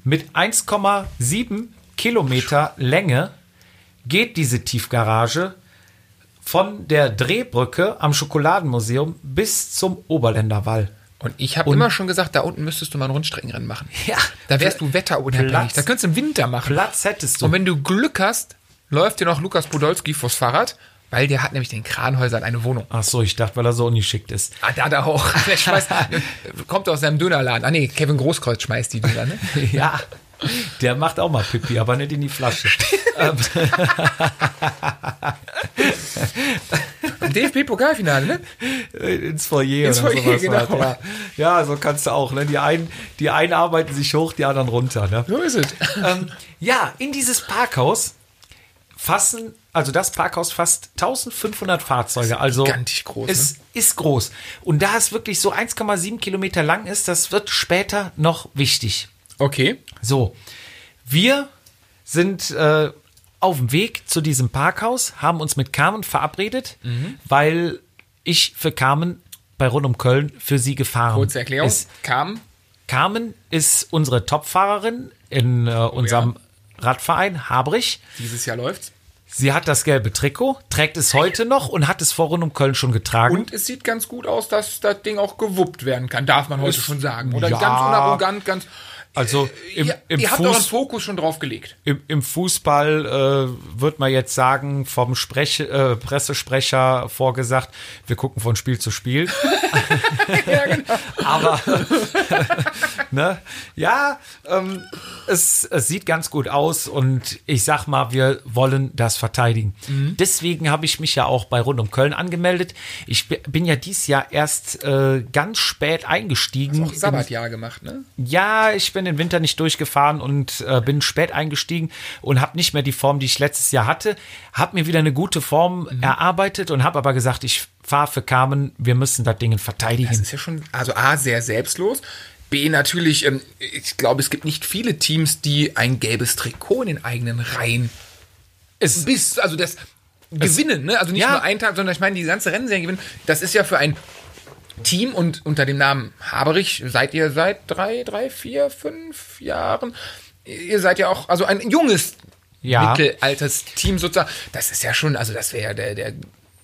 Speaker 2: Mit 1,7 Kilometer Länge geht diese Tiefgarage von der Drehbrücke am Schokoladenmuseum bis zum Oberländerwall.
Speaker 1: Und ich habe immer schon gesagt, da unten müsstest du mal ein Rundstreckenrennen [laughs] machen.
Speaker 2: Ja.
Speaker 1: Da wärst du wetterunabhängig.
Speaker 2: Platz.
Speaker 1: Da könntest du im Winter machen.
Speaker 2: Platz hättest du.
Speaker 1: Und wenn du Glück hast, läuft dir noch Lukas Podolski vors Fahrrad, weil der hat nämlich den Kranhäusern eine Wohnung.
Speaker 2: Ach so, ich dachte, weil er so
Speaker 1: [laughs]
Speaker 2: ungeschickt ist.
Speaker 1: Ah, da, da auch. Der schmeißt, [laughs] kommt aus seinem Dönerladen. Ah, nee, Kevin Großkreuz schmeißt die [laughs] Döner, ne?
Speaker 2: Ja, der macht auch mal Pipi, aber nicht in die Flasche.
Speaker 1: Im DFB-Pokalfinale, ne?
Speaker 2: Äh, Ins Foyer
Speaker 1: Ins
Speaker 2: oder
Speaker 1: Foyer,
Speaker 2: sowas. Halt.
Speaker 1: genau.
Speaker 2: Ja. ja, so kannst du auch. Ne? Die, einen, die einen arbeiten sich hoch, die anderen runter. Ne?
Speaker 1: So ist es.
Speaker 2: ähm, ja, in dieses Parkhaus fassen, also das Parkhaus fasst 1500 Fahrzeuge. Also
Speaker 1: gigantisch groß, ne?
Speaker 2: Es ist groß. Und da es wirklich so 1,7 Kilometer lang ist, das wird später noch wichtig.
Speaker 1: [laughs] Okay.
Speaker 2: So, wir sind äh, auf dem Weg zu diesem Parkhaus, haben uns mit Carmen verabredet, weil ich für Carmen bei Rund um Köln für sie gefahren
Speaker 1: Kurze Erklärung.
Speaker 2: ist.
Speaker 1: Kam.
Speaker 2: Carmen ist unsere Topfahrerin in
Speaker 1: Oh
Speaker 2: äh, unserem Radverein Habrich.
Speaker 1: Dieses Jahr läuft's.
Speaker 2: Sie hat das gelbe Trikot, trägt es heute noch und hat es vor Rund um Köln schon getragen.
Speaker 1: Und es sieht ganz gut aus, dass das Ding auch gewuppt werden kann, darf man heute schon sagen. Oder
Speaker 2: ja.
Speaker 1: ganz unarrogant, ganz.
Speaker 2: also im,
Speaker 1: äh, ihr
Speaker 2: im,
Speaker 1: ihr habt euren
Speaker 2: Fuß,
Speaker 1: Fokus schon drauf gelegt. [laughs]
Speaker 2: im, im Fußball äh, wird man jetzt sagen, vom Sprech, äh, Pressesprecher vorgesagt, wir gucken von Spiel zu Spiel.
Speaker 1: Ja, genau.
Speaker 2: Aber [laughs] ne? ja, ähm, es, es sieht ganz gut aus und ich sag mal, wir wollen das verteidigen. Deswegen habe ich mich ja auch bei Rund um Köln angemeldet. Ich bi- bin ja dieses Jahr erst äh, ganz spät eingestiegen.
Speaker 1: Auch Sabbatjahr gemacht, ne?
Speaker 2: Ja, ich bin den Winter nicht durchgefahren und äh, bin spät eingestiegen und habe nicht mehr die Form, die ich letztes Jahr hatte. Hab mir wieder eine gute Form
Speaker 1: Mhm.
Speaker 2: erarbeitet und habe aber gesagt, ich fahre für Carmen, wir müssen das Ding verteidigen.
Speaker 1: Das ist ja schon, also A, sehr selbstlos. B, natürlich, ähm, ich glaube, es gibt nicht viele Teams, die ein gelbes Trikot in den eigenen Reihen
Speaker 2: Es-
Speaker 1: bis, also das Gewinnen, ne? Also nicht
Speaker 2: Ja.
Speaker 1: nur einen Tag, sondern ich meine, die ganze Rennserie gewinnen. Das ist ja für ein Team und unter dem Namen Haberich seid ihr seit drei, drei, vier, fünf Jahren. Ihr seid ja auch, also ein junges
Speaker 2: Ja.
Speaker 1: mittelaltes Team sozusagen. Das ist ja schon, also das wäre ja der, der,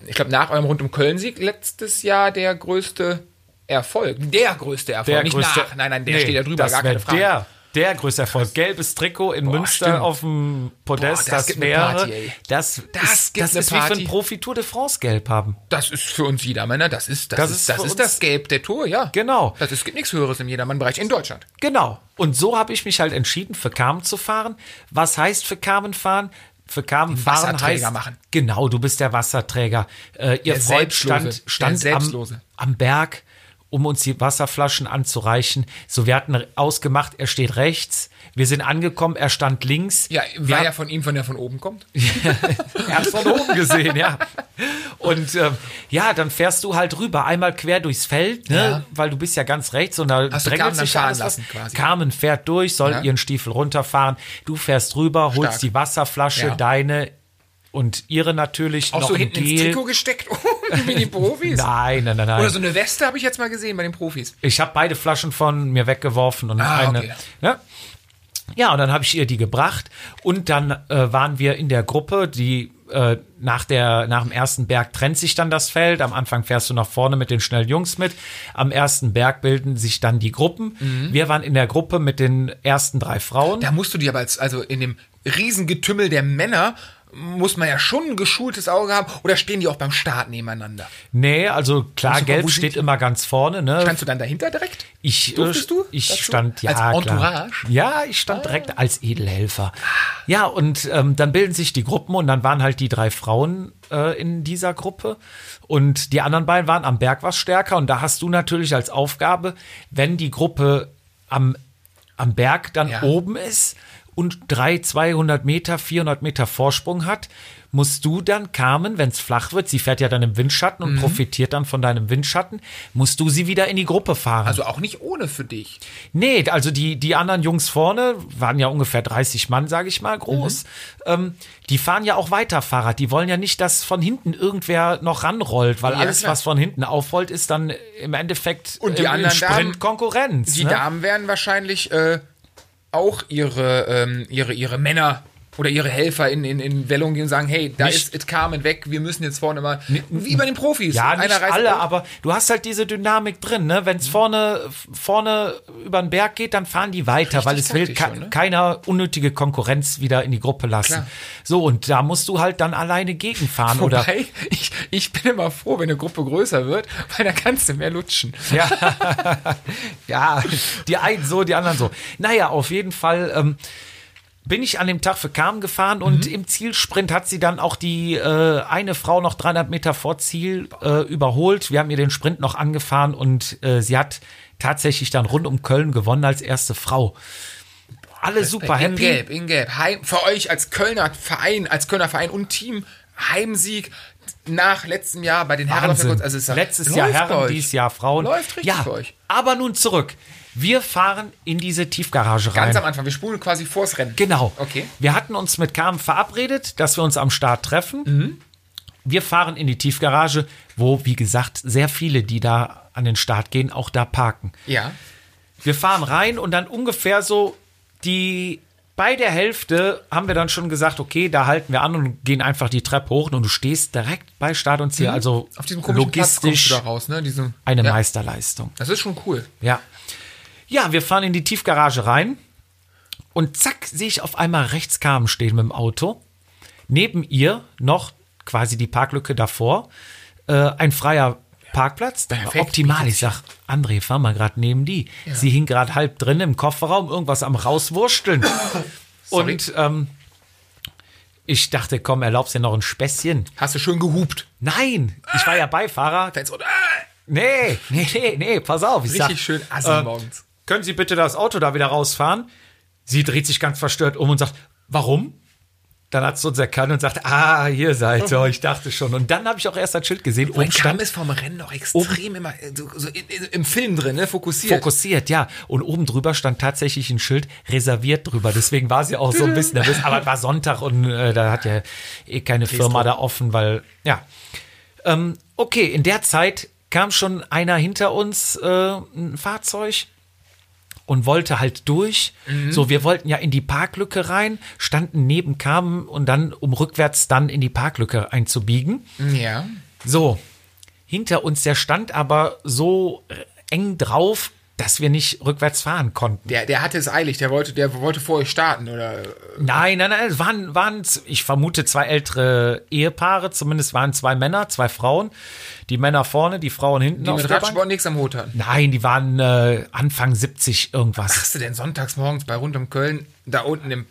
Speaker 1: ich glaube, nach eurem Rund um Köln-Sieg letztes Jahr der größte Erfolg. Der größte Erfolg, nicht nach. Nein, nein, der
Speaker 2: Nee,
Speaker 1: steht ja drüber,
Speaker 2: das
Speaker 1: gar keine
Speaker 2: wär
Speaker 1: Frage.
Speaker 2: Der, der größte Erfolg. Gelbes Trikot in Münster
Speaker 1: stimmt.
Speaker 2: auf dem Podest,
Speaker 1: Boah, das
Speaker 2: das,
Speaker 1: gibt eine
Speaker 2: wäre.
Speaker 1: Party, ey.
Speaker 2: das
Speaker 1: Das
Speaker 2: ist,
Speaker 1: gibt
Speaker 2: das
Speaker 1: eine
Speaker 2: ist wie für
Speaker 1: Party.
Speaker 2: ein Profi Tour de France gelb haben.
Speaker 1: Das ist für uns Jedermänner, das ist das,
Speaker 2: Das
Speaker 1: ist,
Speaker 2: ist
Speaker 1: das,
Speaker 2: für
Speaker 1: ist
Speaker 2: uns-
Speaker 1: das Gelb der Tour, ja.
Speaker 2: Genau.
Speaker 1: Das ist, gibt nichts Höheres im Jedermann-Bereich in Deutschland.
Speaker 2: Genau. Und so habe ich mich halt entschieden, für Carmen zu fahren. Was heißt für Carmen fahren? Für Carmen fahren
Speaker 1: Wasserträger
Speaker 2: heißt.
Speaker 1: machen.
Speaker 2: Genau, du bist der Wasserträger. Äh, ihr
Speaker 1: Der
Speaker 2: Freund
Speaker 1: Selbstlose.
Speaker 2: stand, stand
Speaker 1: Der Selbstlose.
Speaker 2: am, am Berg, um uns die Wasserflaschen anzureichen. So, wir hatten ausgemacht, er steht rechts. Wir sind angekommen, er stand links.
Speaker 1: Ja,
Speaker 2: wir
Speaker 1: war ja von ihm, von der von oben kommt.
Speaker 2: Er hat's von oben gesehen, ja. Und ähm, ja, dann fährst du halt rüber, einmal quer durchs Feld, ne?
Speaker 1: Ja.
Speaker 2: weil du bist ja ganz rechts und da
Speaker 1: Hast du
Speaker 2: drängelt
Speaker 1: Carmen dann
Speaker 2: sich
Speaker 1: fahren
Speaker 2: alles was.
Speaker 1: lassen quasi.
Speaker 2: Carmen fährt durch, soll
Speaker 1: Ja.
Speaker 2: ihren Stiefel runterfahren. Du fährst rüber, holst
Speaker 1: Stark.
Speaker 2: die Wasserflasche,
Speaker 1: Ja.
Speaker 2: deine und ihre natürlich
Speaker 1: Auch
Speaker 2: noch
Speaker 1: so
Speaker 2: ein
Speaker 1: hinten ins
Speaker 2: Gel.
Speaker 1: Trikot gesteckt, [laughs] wie die [laughs]
Speaker 2: [laughs]
Speaker 1: Profis.
Speaker 2: Nein, nein, nein, nein.
Speaker 1: Oder so eine Weste habe ich jetzt mal gesehen bei den Profis.
Speaker 2: Ich habe beide Flaschen von mir weggeworfen und
Speaker 1: Ah,
Speaker 2: eine.
Speaker 1: okay.
Speaker 2: Ne? Ja, und dann habe ich ihr die gebracht und dann äh, waren wir in der Gruppe, die äh, nach, der, nach dem ersten Berg trennt sich dann das Feld. Am Anfang fährst du nach vorne mit den schnellen Jungs mit. Am ersten Berg bilden sich dann die Gruppen. Wir waren in der Gruppe mit den ersten drei Frauen.
Speaker 1: Mhm. Da musst du dir aber als, also in dem Riesengetümmel der Männer, muss man ja schon ein geschultes Auge haben. Oder stehen die auch beim Start nebeneinander?
Speaker 2: nee, also klar,
Speaker 1: Musst du gucken, wo
Speaker 2: gelb
Speaker 1: sind
Speaker 2: steht
Speaker 1: die?
Speaker 2: immer ganz vorne. Ne?
Speaker 1: Standst du dann dahinter direkt?
Speaker 2: Ich,
Speaker 1: Durftest
Speaker 2: äh,
Speaker 1: du
Speaker 2: Ich
Speaker 1: dazu?
Speaker 2: stand ja
Speaker 1: Als
Speaker 2: klar.
Speaker 1: Entourage? Ah.
Speaker 2: Ja, ich stand direkt als Edelhelfer. Ja, und ähm, dann bilden sich die Gruppen und dann waren halt die drei Frauen äh, in dieser Gruppe und die anderen beiden waren am Berg was stärker und da hast du natürlich als Aufgabe, wenn die Gruppe am am Berg dann
Speaker 1: Ja.
Speaker 2: oben ist und drei 200 Meter, 400 Meter Vorsprung hat, musst du dann Carmen, wenn es flach wird, sie fährt ja dann im Windschatten
Speaker 1: Mhm.
Speaker 2: und profitiert dann von deinem Windschatten, musst du sie wieder in die Gruppe fahren.
Speaker 1: Also auch nicht ohne für dich.
Speaker 2: Nee, also die, die anderen Jungs vorne waren ja ungefähr 30 Mann, sage ich mal, groß.
Speaker 1: Mhm.
Speaker 2: Ähm, die fahren ja auch weiter Fahrrad. Die wollen ja nicht, dass von hinten irgendwer noch ranrollt, weil
Speaker 1: Ja,
Speaker 2: alles,
Speaker 1: klar.
Speaker 2: was von hinten aufrollt, ist dann im Endeffekt
Speaker 1: Und die
Speaker 2: im, im
Speaker 1: anderen Damen,
Speaker 2: Sprint Konkurrenz.
Speaker 1: Die
Speaker 2: ne?
Speaker 1: Damen werden wahrscheinlich äh, auch ihre, ähm, ihre, ihre Männer oder ihre Helfer in, in, in Wellung gehen und sagen, hey, da
Speaker 2: Nicht-
Speaker 1: ist it Carmen weg, wir müssen jetzt vorne mal, wie bei den Profis.
Speaker 2: Ja,
Speaker 1: Einer
Speaker 2: nicht
Speaker 1: reißt- um. Mhm.
Speaker 2: alle, aber du hast halt diese Dynamik drin, ne? Wenn es vorne, vorne über den Berg geht, dann fahren die weiter, weil es will
Speaker 1: taktisch
Speaker 2: ke
Speaker 1: schon, ne?
Speaker 2: keiner unnötige Konkurrenz wieder in die Gruppe lassen.
Speaker 1: Klar.
Speaker 2: So, und da musst du halt dann alleine gegenfahren oder.
Speaker 1: Wobei, ich, ich bin immer froh, wenn eine Gruppe größer wird, weil da kannst du mehr lutschen.
Speaker 2: [laughs] Ja. ja, die einen so, die anderen so. Naja, auf jeden Fall ähm, bin ich an dem Tag für Kam gefahren und
Speaker 1: Mhm.
Speaker 2: im Zielsprint hat sie dann auch die äh, eine Frau noch 300 Meter vor Ziel äh, überholt. Wir haben ihr den Sprint noch angefahren und äh, sie hat tatsächlich dann rund um Köln gewonnen als erste Frau.
Speaker 1: Äh,
Speaker 2: Alle super
Speaker 1: in
Speaker 2: happy.
Speaker 1: Gelb, in Gelb. Heim, für euch als Kölner Verein, als Kölner Verein und Team, Heimsieg nach letztem Jahr bei den Herren.
Speaker 2: Wahnsinn.
Speaker 1: Also es
Speaker 2: Letztes
Speaker 1: läuft
Speaker 2: Jahr
Speaker 1: bei
Speaker 2: Herren,
Speaker 1: euch.
Speaker 2: dieses Jahr Frauen.
Speaker 1: Läuft richtig
Speaker 2: ja,
Speaker 1: für euch.
Speaker 2: aber nun zurück. Wir fahren in diese Tiefgarage rein.
Speaker 1: Ganz am Anfang, wir spulen quasi vors Rennen.
Speaker 2: Genau.
Speaker 1: Okay.
Speaker 2: Wir hatten uns mit Carmen verabredet, dass wir uns am Start treffen.
Speaker 1: Mhm.
Speaker 2: Wir fahren in die Tiefgarage, wo, wie gesagt, sehr viele, die da an den Start gehen, auch da parken.
Speaker 1: Ja.
Speaker 2: Wir fahren rein und dann ungefähr so die. Bei der Hälfte haben wir dann schon gesagt, okay, da halten wir an und gehen einfach die Treppe hoch und du stehst direkt bei Start und Ziel. Also
Speaker 1: Mhm. Auf diesem komischen Platz kommst
Speaker 2: logistisch
Speaker 1: du da raus, ne? Diesem,
Speaker 2: eine
Speaker 1: ja,
Speaker 2: Meisterleistung.
Speaker 1: Das ist schon cool.
Speaker 2: Ja. Ja, wir fahren in die Tiefgarage rein und zack, sehe ich auf einmal rechts Carmen stehen mit dem Auto. Neben ihr noch quasi die Parklücke davor, äh, ein freier Parkplatz. Das war
Speaker 1: Perfekt.
Speaker 2: optimal. Ich sag, André, fahr mal gerade neben die. Sie hing gerade halb drin im Kofferraum, irgendwas am rauswursteln. und ähm, ich dachte, komm, erlaubst dir noch ein Späßchen.
Speaker 1: Hast du schön gehupt.
Speaker 2: Nein, ich war ja Beifahrer.
Speaker 1: Fans- und- ah,
Speaker 2: Nee, nee, nee, nee, pass auf. Ich
Speaker 1: Richtig
Speaker 2: sag, äh,
Speaker 1: schön Assi morgens.
Speaker 2: Können Sie bitte das Auto da wieder rausfahren? Sie dreht sich ganz verstört um und sagt, warum? Dann hat es uns erkannt und sagt, ah, hier seid ihr, ich dachte schon. Und dann habe ich auch erst das Schild gesehen,
Speaker 1: Mein
Speaker 2: oben
Speaker 1: Stamm
Speaker 2: stand
Speaker 1: ist vom Rennen doch extrem immer äh, so, so in, in, im Film drin, ne? Fokussiert.
Speaker 2: fokussiert, ja. Und oben drüber stand tatsächlich ein Schild reserviert drüber. Deswegen war sie auch so ein bisschen nervös. Aber es war Sonntag und äh, da hat ja eh keine Firma da offen, weil, ja. Ähm, okay, in der Zeit kam schon einer hinter uns, äh, ein Fahrzeug. und wollte halt durch. So, wir wollten ja in die Parklücke rein, standen neben Carmen und dann, um rückwärts dann in die Parklücke einzubiegen.
Speaker 1: Hm, Ja.
Speaker 2: So, hinter uns der stand aber so äh, eng drauf, dass wir nicht rückwärts fahren konnten.
Speaker 1: Der, der hatte es eilig, der wollte, der wollte vor euch starten, oder?
Speaker 2: Nein, nein, nein, es waren, waren, z- ich vermute, zwei ältere Ehepaare, zumindest waren zwei Männer, zwei Frauen. Die Männer vorne, die Frauen hinten.
Speaker 1: Die
Speaker 2: auf
Speaker 1: mit
Speaker 2: der Bank.
Speaker 1: Radsport nichts am Hut hatten.
Speaker 2: Nein, die waren äh, Anfang 70 irgendwas.
Speaker 1: Hast du denn sonntags morgens bei rund um Köln da unten im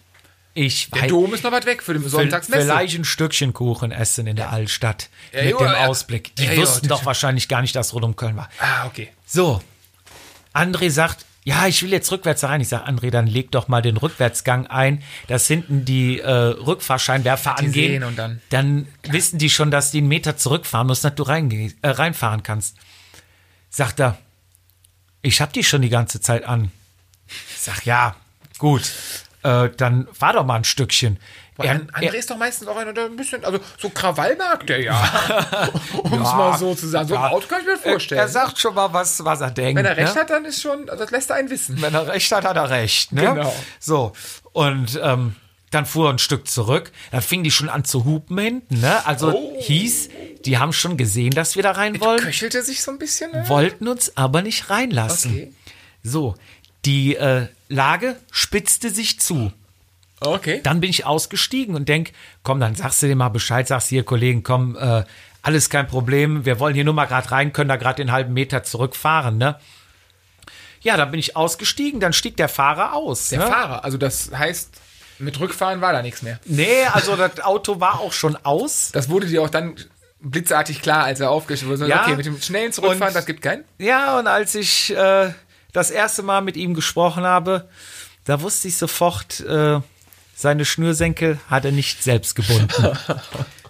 Speaker 2: Ich
Speaker 1: Der
Speaker 2: weiß-
Speaker 1: Dom ist noch weit weg für den Sonntagsmesse.
Speaker 2: Vielleicht ein Stückchen Kuchen essen in der Altstadt
Speaker 1: Ja,
Speaker 2: mit
Speaker 1: jo,
Speaker 2: dem
Speaker 1: ja.
Speaker 2: Ausblick. Die
Speaker 1: Ja, jo,
Speaker 2: wussten
Speaker 1: das-
Speaker 2: doch wahrscheinlich gar nicht, dass rund um Köln war.
Speaker 1: Ah, okay.
Speaker 2: So, André sagt, ja, ich will jetzt rückwärts rein. Ich sage, André, dann leg doch mal den Rückwärtsgang ein, dass hinten die äh, Rückfahrscheinwerfer
Speaker 1: Die
Speaker 2: angehen.
Speaker 1: sehen und dann-
Speaker 2: wissen die schon, dass die einen Meter zurückfahren müssen, dass du reinge- äh, reinfahren kannst. Sagt er, ich hab die schon die ganze Zeit an. Ich sag, ja, gut, äh, dann fahr doch mal ein Stückchen.
Speaker 1: Weil An- André ist doch meistens auch einer, der ein bisschen, also so Krawall mag der
Speaker 2: [laughs]
Speaker 1: ja. um es
Speaker 2: Ja.
Speaker 1: mal so zu sagen. So ein
Speaker 2: Ja.
Speaker 1: Auto kann ich mir vorstellen.
Speaker 2: Er sagt schon mal, was, was er denkt.
Speaker 1: Wenn er recht
Speaker 2: ne?
Speaker 1: hat, dann ist schon, also das lässt er einen wissen.
Speaker 2: Wenn er recht hat, hat er recht. Ne?
Speaker 1: Genau.
Speaker 2: So, und ähm, dann fuhr er ein Stück zurück. Dann fingen die schon an zu hupen hinten. Ne? Also
Speaker 1: Oh.
Speaker 2: hieß, die haben schon gesehen, dass wir da rein wollen,
Speaker 1: Köchelte sich so ein bisschen. Ne?
Speaker 2: wollten uns aber nicht reinlassen.
Speaker 1: Okay.
Speaker 2: So, die äh, Lage spitzte sich zu.
Speaker 1: Okay.
Speaker 2: Dann bin ich ausgestiegen und denk, komm, dann sagst du dir mal Bescheid, sagst hier, Kollegen, komm, äh, alles kein Problem, wir wollen hier nur mal gerade rein, können da gerade den halben Meter zurückfahren, ne? Ja, dann bin ich ausgestiegen, dann stieg der Fahrer aus.
Speaker 1: Der
Speaker 2: ne?
Speaker 1: Fahrer, also das heißt, mit Rückfahren war da nichts mehr.
Speaker 2: nee, also das Auto war auch schon aus.
Speaker 1: Das wurde dir auch dann blitzartig klar, als er aufgeschrieben wurde.
Speaker 2: Ja.
Speaker 1: Okay, mit dem schnellen Zurückfahren,
Speaker 2: Und-
Speaker 1: das gibt keinen.
Speaker 2: Ja, und als ich äh, das erste Mal mit ihm gesprochen habe, da wusste ich sofort, äh, Seine Schnürsenkel hat er nicht
Speaker 1: [laughs]
Speaker 2: selbst gebunden.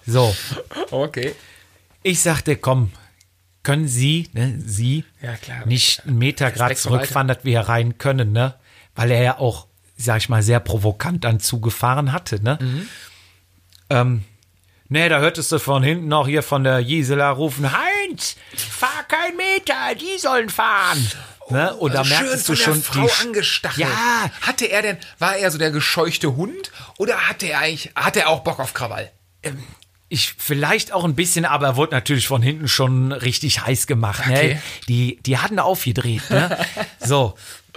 Speaker 2: So,
Speaker 1: Okay.
Speaker 2: ich sagte, komm, können Sie, ne, Sie,
Speaker 1: Ja, klar.
Speaker 2: nicht einen Meter gerade
Speaker 1: Respekt vom Alter.
Speaker 2: zurückfahren, dass wir hier rein können, ne? Weil er ja auch, sag ich mal, sehr provokant dann zugefahren hatte, ne?
Speaker 1: Mhm.
Speaker 2: Ähm, ne, da hörtest du von hinten auch hier von der Gisela rufen, Heinz, fahr kein Meter, die sollen fahren. Ne? Und da
Speaker 1: Also
Speaker 2: merktest du
Speaker 1: schön
Speaker 2: schon
Speaker 1: von der Frau
Speaker 2: Sch-
Speaker 1: angestachelt.
Speaker 2: Ja,
Speaker 1: Hatte er denn, war er so der gescheuchte Hund oder hatte er eigentlich, hatte er auch Bock auf Krawall?
Speaker 2: Ich vielleicht auch ein bisschen, aber er wurde natürlich von hinten schon richtig heiß gemacht. Ne?
Speaker 1: Okay.
Speaker 2: Die, die hatten aufgedreht. Ne? so.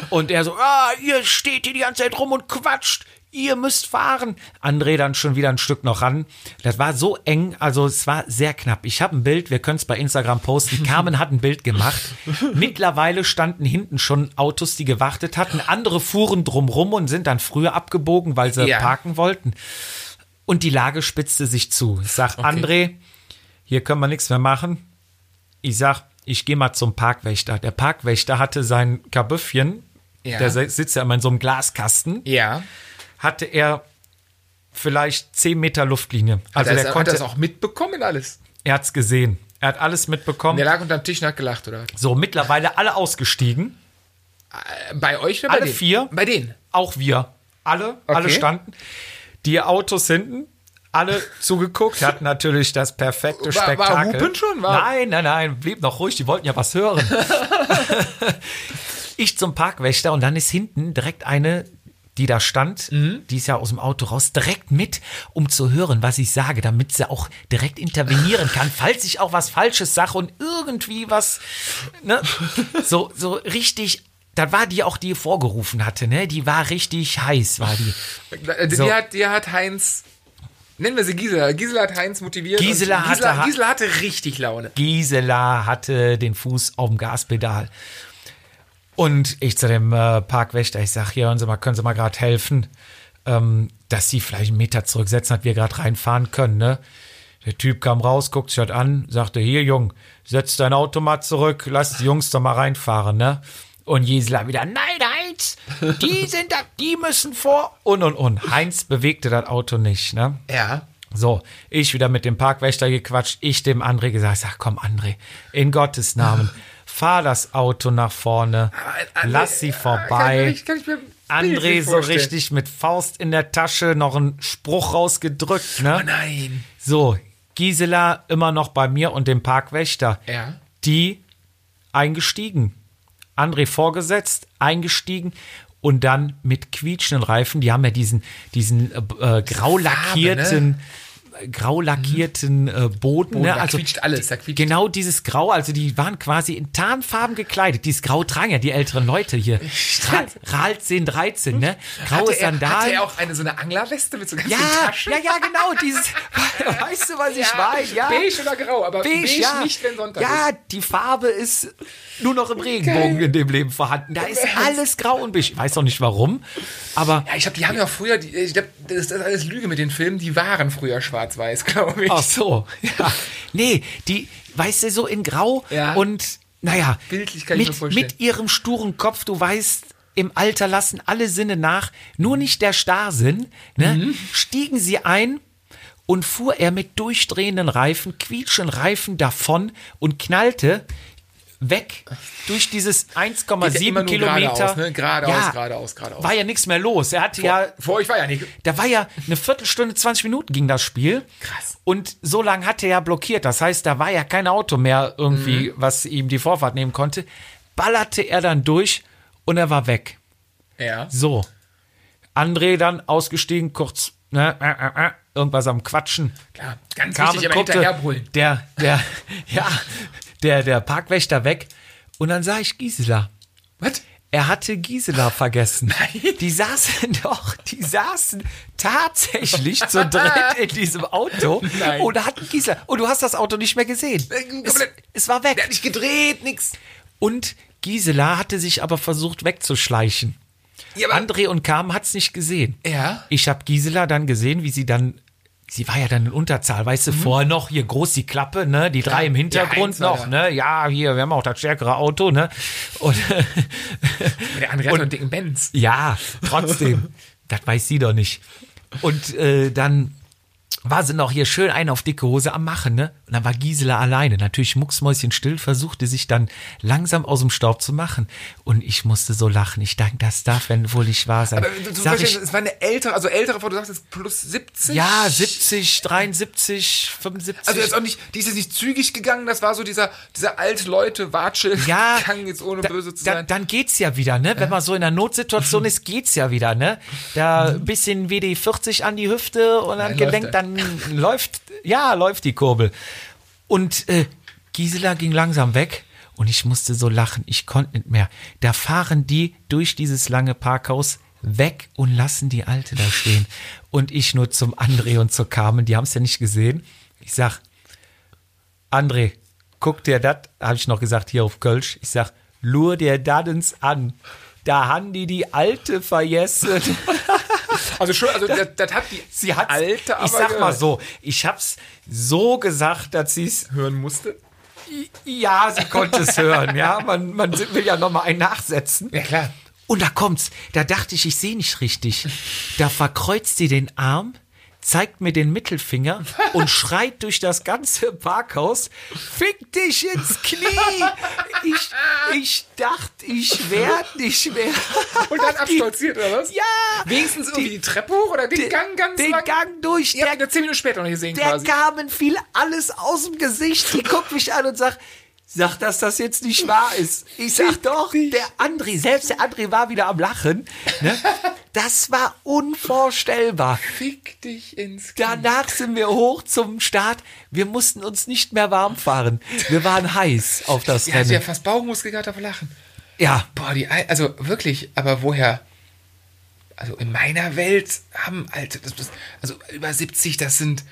Speaker 2: Und er so, ah, ihr steht hier die ganze Zeit rum und quatscht. Ihr müsst fahren. André dann schon wieder ein Stück noch ran. Das war so eng, also es war sehr knapp. Ich habe ein Bild, wir können es bei Instagram posten. Carmen hat ein Bild gemacht. Mittlerweile standen hinten schon Autos, die gewartet hatten. Andere fuhren drumrum und sind dann früher abgebogen, weil sie
Speaker 1: Ja.
Speaker 2: parken wollten. Und die Lage spitzte sich zu. Ich sag, André, hier können wir nichts mehr machen. Ich sag, ich gehe mal zum Parkwächter. Der Parkwächter hatte sein Kabüffchen,
Speaker 1: Ja.
Speaker 2: der se- sitzt ja immer in so einem Glaskasten,
Speaker 1: Ja.
Speaker 2: hatte er vielleicht 10 Meter Luftlinie.
Speaker 1: Also
Speaker 2: Also
Speaker 1: hat
Speaker 2: der
Speaker 1: er hat
Speaker 2: konnte,
Speaker 1: er das auch mitbekommen alles?
Speaker 2: er hat's gesehen. Er hat alles mitbekommen.
Speaker 1: Der lag unterm Tisch und hat gelacht, oder?
Speaker 2: so, mittlerweile alle ausgestiegen.
Speaker 1: Äh, Bei euch oder bei
Speaker 2: Alle
Speaker 1: denen?
Speaker 2: vier?
Speaker 1: Bei denen.
Speaker 2: Auch wir. Alle, alle standen. Die Autos hinten, alle zugeguckt, hatten natürlich das
Speaker 1: War-
Speaker 2: perfekte
Speaker 1: war
Speaker 2: Spektakel.
Speaker 1: Hupen schon? War-
Speaker 2: nein, nein, nein, blieb noch ruhig, die wollten ja
Speaker 1: [laughs]
Speaker 2: was hören. ich zum Parkwächter und dann ist hinten direkt eine, die da stand,
Speaker 1: Mhm.
Speaker 2: die ist ja aus dem Auto raus, direkt mit, um zu hören, was ich sage, damit sie auch direkt intervenieren kann, falls ich auch was Falsches sage und irgendwie was, ne, so, so richtig, da war die auch, die vorgerufen hatte, ne, die war richtig heiß, war die.
Speaker 1: Äh, Die,
Speaker 2: So.
Speaker 1: hat, die hat Heinz, nennen wir sie Gisela. Gisela hat Heinz motiviert.
Speaker 2: Gisela
Speaker 1: und
Speaker 2: hatte
Speaker 1: Gisela,
Speaker 2: Ha-
Speaker 1: Gisela hatte richtig Laune.
Speaker 2: Gisela hatte den Fuß auf dem Gaspedal. Und ich zu dem äh, Parkwächter, ich sage, hier, hören Sie mal, können Sie mal gerade helfen, ähm, dass Sie vielleicht einen Meter zurücksetzen, dass wir gerade reinfahren können, ne? Der Typ kam raus, guckt sich das an, sagte, hier, Jung, setz dein Auto mal zurück, lass die Jungs doch mal reinfahren, ne? Und Gisela wieder, nein, Heinz, die sind da, die müssen vor. Und, und, und. Heinz bewegte das Auto nicht, ne?
Speaker 1: Ja.
Speaker 2: So, ich wieder mit dem Parkwächter gequatscht, ich dem André gesagt, ich sag, komm André, in
Speaker 1: [laughs]
Speaker 2: Gottes Namen, fahr das Auto nach vorne,
Speaker 1: André-
Speaker 2: lass sie vorbei.
Speaker 1: Äh, Kann ich, kann ich mir
Speaker 2: André
Speaker 1: bildlich
Speaker 2: so
Speaker 1: vorstellen.
Speaker 2: richtig mit Faust in der Tasche noch einen Spruch rausgedrückt, ne?
Speaker 1: Oh nein.
Speaker 2: So, Gisela immer noch bei mir und dem Parkwächter.
Speaker 1: Ja.
Speaker 2: Die eingestiegen. André vorgesetzt, eingestiegen und dann mit quietschenden Reifen. Die haben ja diesen, diesen äh, äh, grau
Speaker 1: ne?
Speaker 2: lackierten, äh, grau lackierten äh, Boden.
Speaker 1: Oh,
Speaker 2: ne?
Speaker 1: Mhm. da
Speaker 2: Also
Speaker 1: quietscht alles. Da quietscht
Speaker 2: genau dieses Grau, also die waren quasi in Tarnfarben gekleidet. Dieses Grau tragen ja die älteren
Speaker 1: [laughs]
Speaker 2: Leute hier. Ra- Ral 10, 13, ne? Graue
Speaker 1: hatte er,
Speaker 2: Sandalen.
Speaker 1: hatte er auch eine so eine Anglerweste mit so ganzen
Speaker 2: Ja,
Speaker 1: Taschen?
Speaker 2: ja, ja, genau, dieses, [laughs] weißt du, was ich
Speaker 1: Ah,
Speaker 2: meine? Ja,
Speaker 1: Beige oder grau, aber beige, nicht, wenn Sonntag ist.
Speaker 2: ja, die Farbe ist nur noch im Regenbogen in dem Leben vorhanden. Da ist alles grau und beige. Ich weiß auch nicht warum, aber
Speaker 1: Ja, ich glaube, die haben ja früher, die, ich glaube, das ist alles Lüge mit den Filmen, die waren früher schwarz-weiß, [laughs] glaube ich.
Speaker 2: ach so. Ja. Nee, die, weißt du, so in grau
Speaker 1: Ja.
Speaker 2: und naja,
Speaker 1: Bildlich kann ich
Speaker 2: mit,
Speaker 1: mir vorstellen.
Speaker 2: mit ihrem sturen Kopf, du weißt, im Alter lassen alle Sinne nach, nur
Speaker 1: Mhm.
Speaker 2: nicht der Starrsinn, ne? stiegen sie ein und fuhr er mit durchdrehenden Reifen, quietschen Reifen davon und knallte weg durch dieses 1,7
Speaker 1: Geht ja immer nur
Speaker 2: Kilometer.
Speaker 1: geradeaus, ne? Geradeaus, geradeaus, geradeaus.
Speaker 2: War ja nichts mehr los. Er hatte ja
Speaker 1: Vor euch war ja nicht.
Speaker 2: da war ja eine Viertelstunde, 20 Minuten ging das Spiel.
Speaker 1: Krass.
Speaker 2: Und so lange hatte er blockiert. Das heißt, da war ja kein Auto mehr
Speaker 1: Mhm.
Speaker 2: irgendwie, was ihm die Vorfahrt nehmen konnte. Ballerte er dann durch und er war weg.
Speaker 1: Ja.
Speaker 2: So. André dann ausgestiegen, kurz ne, äh, äh, äh, irgendwas am Quatschen.
Speaker 1: Klar, ganz
Speaker 2: Carmen
Speaker 1: wichtig, aber
Speaker 2: guckte,
Speaker 1: hinterherbrüllen.
Speaker 2: Der, der, [laughs] ja, der, der Parkwächter weg. Und dann sah ich Gisela.
Speaker 1: Was?
Speaker 2: Er hatte Gisela vergessen.
Speaker 1: Nein.
Speaker 2: Die saßen doch, die saßen tatsächlich zu dritt in diesem Auto
Speaker 1: Nein.
Speaker 2: und hatten Gisela. Und du hast das Auto nicht mehr gesehen.
Speaker 1: Äh,
Speaker 2: Es,
Speaker 1: komplett.
Speaker 2: es war
Speaker 1: Der hat
Speaker 2: weg.
Speaker 1: nicht gedreht, nix.
Speaker 2: Und Gisela hatte sich aber versucht wegzuschleichen.
Speaker 1: Ja, aber-
Speaker 2: André und Carmen hat's nicht gesehen.
Speaker 1: Ja.
Speaker 2: Ich habe Gisela dann gesehen, wie sie dann. Sie war ja dann in Unterzahl, weißt
Speaker 1: Mhm.
Speaker 2: du, vorher noch hier groß die Klappe, ne, die drei im Hintergrund
Speaker 1: eins war
Speaker 2: noch, ne, ja, hier, wir haben auch das stärkere Auto, ne, und
Speaker 1: Der andere hat
Speaker 2: Und-
Speaker 1: so einen dicken Benz. [laughs]
Speaker 2: ja, trotzdem. das weiß sie doch nicht. Und äh, dann war sie noch hier schön einen auf dicke Hose am Machen, ne? Und dann war Gisela alleine. Natürlich mucksmäuschenstill, versuchte sich dann langsam aus dem Staub zu machen. Und ich musste so lachen. Ich denke, das darf, wenn wohl nicht wahr sein.
Speaker 1: Aber du- du
Speaker 2: Sag
Speaker 1: verstehst,
Speaker 2: ich,
Speaker 1: es war eine ältere, also ältere Frau, du sagst jetzt plus 70?
Speaker 2: ja, 70, 73, 75.
Speaker 1: Also jetzt auch nicht, die ist jetzt nicht zügig gegangen, das war so dieser, dieser Alt-Leute-Watsche
Speaker 2: ja,
Speaker 1: [laughs] gegangen, jetzt ohne
Speaker 2: da-
Speaker 1: böse zu
Speaker 2: da,
Speaker 1: sein.
Speaker 2: Dann geht's ja wieder, ne? Wenn man so in einer Notsituation ist, geht's ja wieder, ne? Da ein bisschen WD40 an die Hüfte und dann
Speaker 1: Dann
Speaker 2: gelenkt,
Speaker 1: Mhm. läuft er.
Speaker 2: dann läuft, ja, läuft die Kurbel. Und äh, Gisela ging langsam weg und ich musste so lachen, ich konnte nicht mehr. Da fahren die durch dieses lange Parkhaus weg und lassen die Alte da stehen. Und ich nur zum André und zur Carmen, die haben es ja nicht gesehen. Ich sag, André, guck dir das, habe ich noch gesagt hier auf Kölsch. Ich sag, lur dir dadens an. Da haben die die
Speaker 1: [laughs]
Speaker 2: alte vergessen.
Speaker 1: also schon, also das, das hat die
Speaker 2: Sie hat's,
Speaker 1: alte aber
Speaker 2: ich sag mal
Speaker 1: gehört.
Speaker 2: so, ich hab's so gesagt, dass sie's,
Speaker 1: hören musste.
Speaker 2: ja, sie konnte es hören, ja, man, man will ja noch mal einen nachsetzen.
Speaker 1: Ja klar.
Speaker 2: Und da kommt's. Da dachte ich, ich sehe nicht richtig. Da verkreuzt sie den Arm, zeigt mir den Mittelfinger
Speaker 1: [laughs]
Speaker 2: und schreit durch das ganze Parkhaus: Fick dich ins Knie! Ich, ich dachte, ich werd nicht mehr.
Speaker 1: Und dann abstolziert, oder was?
Speaker 2: Ja!
Speaker 1: Wenigstens irgendwie die,
Speaker 2: Die-
Speaker 1: Treppe hoch oder den
Speaker 2: den-
Speaker 1: Gang ganz
Speaker 2: den
Speaker 1: lang?
Speaker 2: Gang durch,
Speaker 1: Ihr
Speaker 2: der-
Speaker 1: habt ihn ja zehn Minuten später noch gesehen
Speaker 2: Der
Speaker 1: quasi.
Speaker 2: Carmen fiel alles aus dem Gesicht. Die guckt mich an und sagt, sag, dass das jetzt nicht wahr ist. Ich sag doch, der André, selbst der André war wieder am Lachen. Ne? Das war unvorstellbar.
Speaker 1: Fick dich ins Knie.
Speaker 2: Danach sind wir hoch zum Start. Wir mussten uns nicht mehr warm fahren. Wir waren heiß auf das
Speaker 1: Die hat ja
Speaker 2: Rennen.
Speaker 1: fast Bauchmuskel gehabt, aber lachen.
Speaker 2: Ja,
Speaker 1: Boah, die Al also wirklich, aber woher? Also in meiner Welt haben alte, das, das, also über 70, das sind,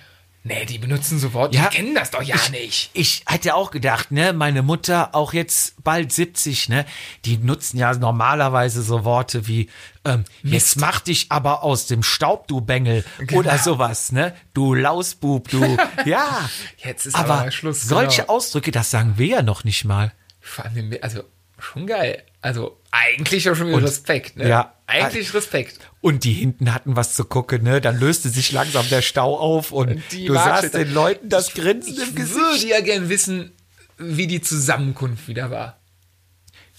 Speaker 1: nee, die benutzen so Worte,
Speaker 2: Ja.
Speaker 1: die kennen das doch ja nicht.
Speaker 2: Ich hatte auch gedacht, ne, meine Mutter, auch jetzt bald 70, ne, die nutzen ja normalerweise so Worte wie, ähm, jetzt mach dich aber aus dem Staub, du Bengel,
Speaker 1: Genau.
Speaker 2: oder sowas, ne, du Lausbub,
Speaker 1: [laughs]
Speaker 2: du, ja.
Speaker 1: Jetzt ist
Speaker 2: aber
Speaker 1: aber mal Schluss,
Speaker 2: solche
Speaker 1: genau.
Speaker 2: Ausdrücke, das sagen wir ja noch nicht mal.
Speaker 1: Vor allem, den- also schon geil. Also eigentlich auch schon wieder Respekt, ne?
Speaker 2: ja.
Speaker 1: Eigentlich Respekt.
Speaker 2: Und die hinten hatten was zu gucken, ne, dann löste sich langsam der Stau auf und
Speaker 1: die
Speaker 2: du
Speaker 1: Marktschildern-
Speaker 2: sahst den Leuten das Grinsen
Speaker 1: Ich
Speaker 2: im Gesicht.
Speaker 1: würde ja gern wissen, wie die Zusammenkunft wieder war.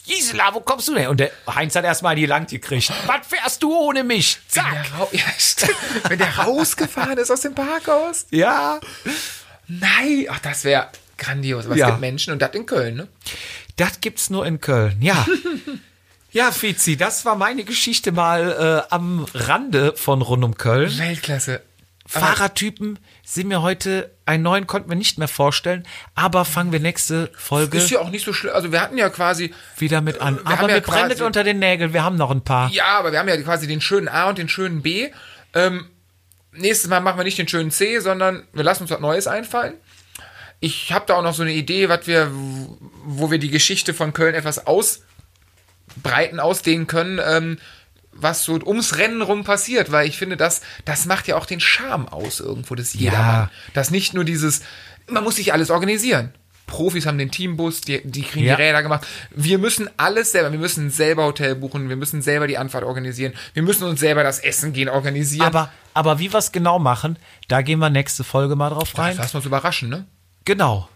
Speaker 2: Gisela, wo kommst du denn? Und der Heinz hat erstmal die Land gekriegt. Was fährst du ohne mich?
Speaker 1: Wenn
Speaker 2: Zack.
Speaker 1: der, Ra [laughs] ja, stimmt. Wenn der rausgefahren ist aus dem Parkhaus.
Speaker 2: Ja.
Speaker 1: Nein, ach, das wäre grandios. Aber
Speaker 2: Ja.
Speaker 1: es gibt Menschen und das in Köln, ne?
Speaker 2: Das gibt's nur in Köln,
Speaker 1: [laughs]
Speaker 2: ja. ja, Fizi, das war meine Geschichte mal äh, am Rande von Rund um Köln.
Speaker 1: Weltklasse. Aber-
Speaker 2: Fahrertypen sind mir heute einen neuen, konnten wir nicht mehr vorstellen, aber fangen wir nächste Folge
Speaker 1: Ist ja auch nicht so schlimm. Also wir hatten ja quasi,
Speaker 2: wieder mit an.
Speaker 1: wir haben
Speaker 2: aber
Speaker 1: ja
Speaker 2: mir brennt
Speaker 1: quasi-
Speaker 2: unter den Nägeln, wir haben noch ein paar.
Speaker 1: ja, aber wir haben ja quasi den schönen A und den schönen B. Ähm, nächstes Mal machen wir nicht den schönen C, sondern wir lassen uns was Neues einfallen. Ich habe da auch noch so eine Idee, was wir, wo wir die Geschichte von Köln etwas ausbreiten, ausdehnen können, ähm, was so ums Rennen rum passiert, weil ich finde, das, das macht ja auch den Charme aus irgendwo des Jedermann. Dass nicht nur dieses, man muss sich alles organisieren. Profis haben den Teambus, die, die kriegen
Speaker 2: Ja.
Speaker 1: die Räder gemacht. Wir müssen alles selber, wir müssen selber Hotel buchen, wir müssen selber die Anfahrt organisieren, wir müssen uns selber das Essen gehen organisieren.
Speaker 2: Aber, aber wie wir es genau machen, da gehen wir nächste Folge mal drauf
Speaker 1: Ach,
Speaker 2: rein.
Speaker 1: lass uns überraschen, ne?
Speaker 2: Genau.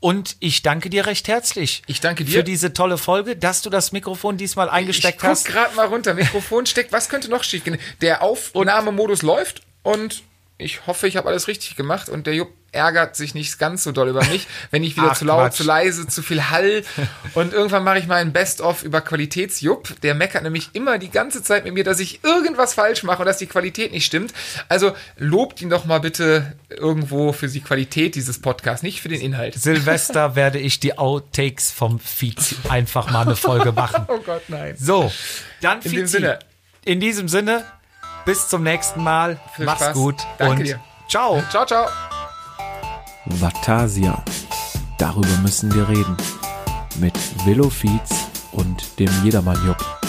Speaker 2: Und ich danke dir recht herzlich.
Speaker 1: Ich danke dir.
Speaker 2: Für diese tolle Folge, dass du das Mikrofon diesmal
Speaker 1: Ich
Speaker 2: eingesteckt
Speaker 1: guck
Speaker 2: hast.
Speaker 1: gerade mal runter, Mikrofon steckt, was könnte noch schiefgehen? Der Aufnahmemodus läuft und ich hoffe, ich habe alles richtig gemacht und der Jupp ärgert sich nicht ganz so doll über mich, wenn ich wieder
Speaker 2: Ach,
Speaker 1: zu laut,
Speaker 2: Quatsch.
Speaker 1: zu leise, zu viel
Speaker 2: [laughs]
Speaker 1: Hall und irgendwann mache ich mal ein Best-of über Qualitätsjupp. Der meckert nämlich immer die ganze Zeit mit mir, dass ich irgendwas falsch mache und dass die Qualität nicht stimmt. Also lobt ihn doch mal bitte irgendwo für die Qualität dieses Podcasts, nicht für den Inhalt.
Speaker 2: Silvester werde ich die Outtakes vom Fizi einfach mal eine Folge machen.
Speaker 1: Oh Gott, nein.
Speaker 2: So, dann
Speaker 1: In
Speaker 2: Fizi.
Speaker 1: dem Sinne.
Speaker 2: In diesem Sinne, bis zum nächsten Mal.
Speaker 1: Viel
Speaker 2: Mach's
Speaker 1: Spaß.
Speaker 2: gut
Speaker 1: Danke
Speaker 2: und
Speaker 1: dir.
Speaker 2: ciao.
Speaker 1: Ciao, ciao.
Speaker 3: Vatasia. Darüber müssen wir reden. Mit Willow Fietz und dem Jedermann Jupp.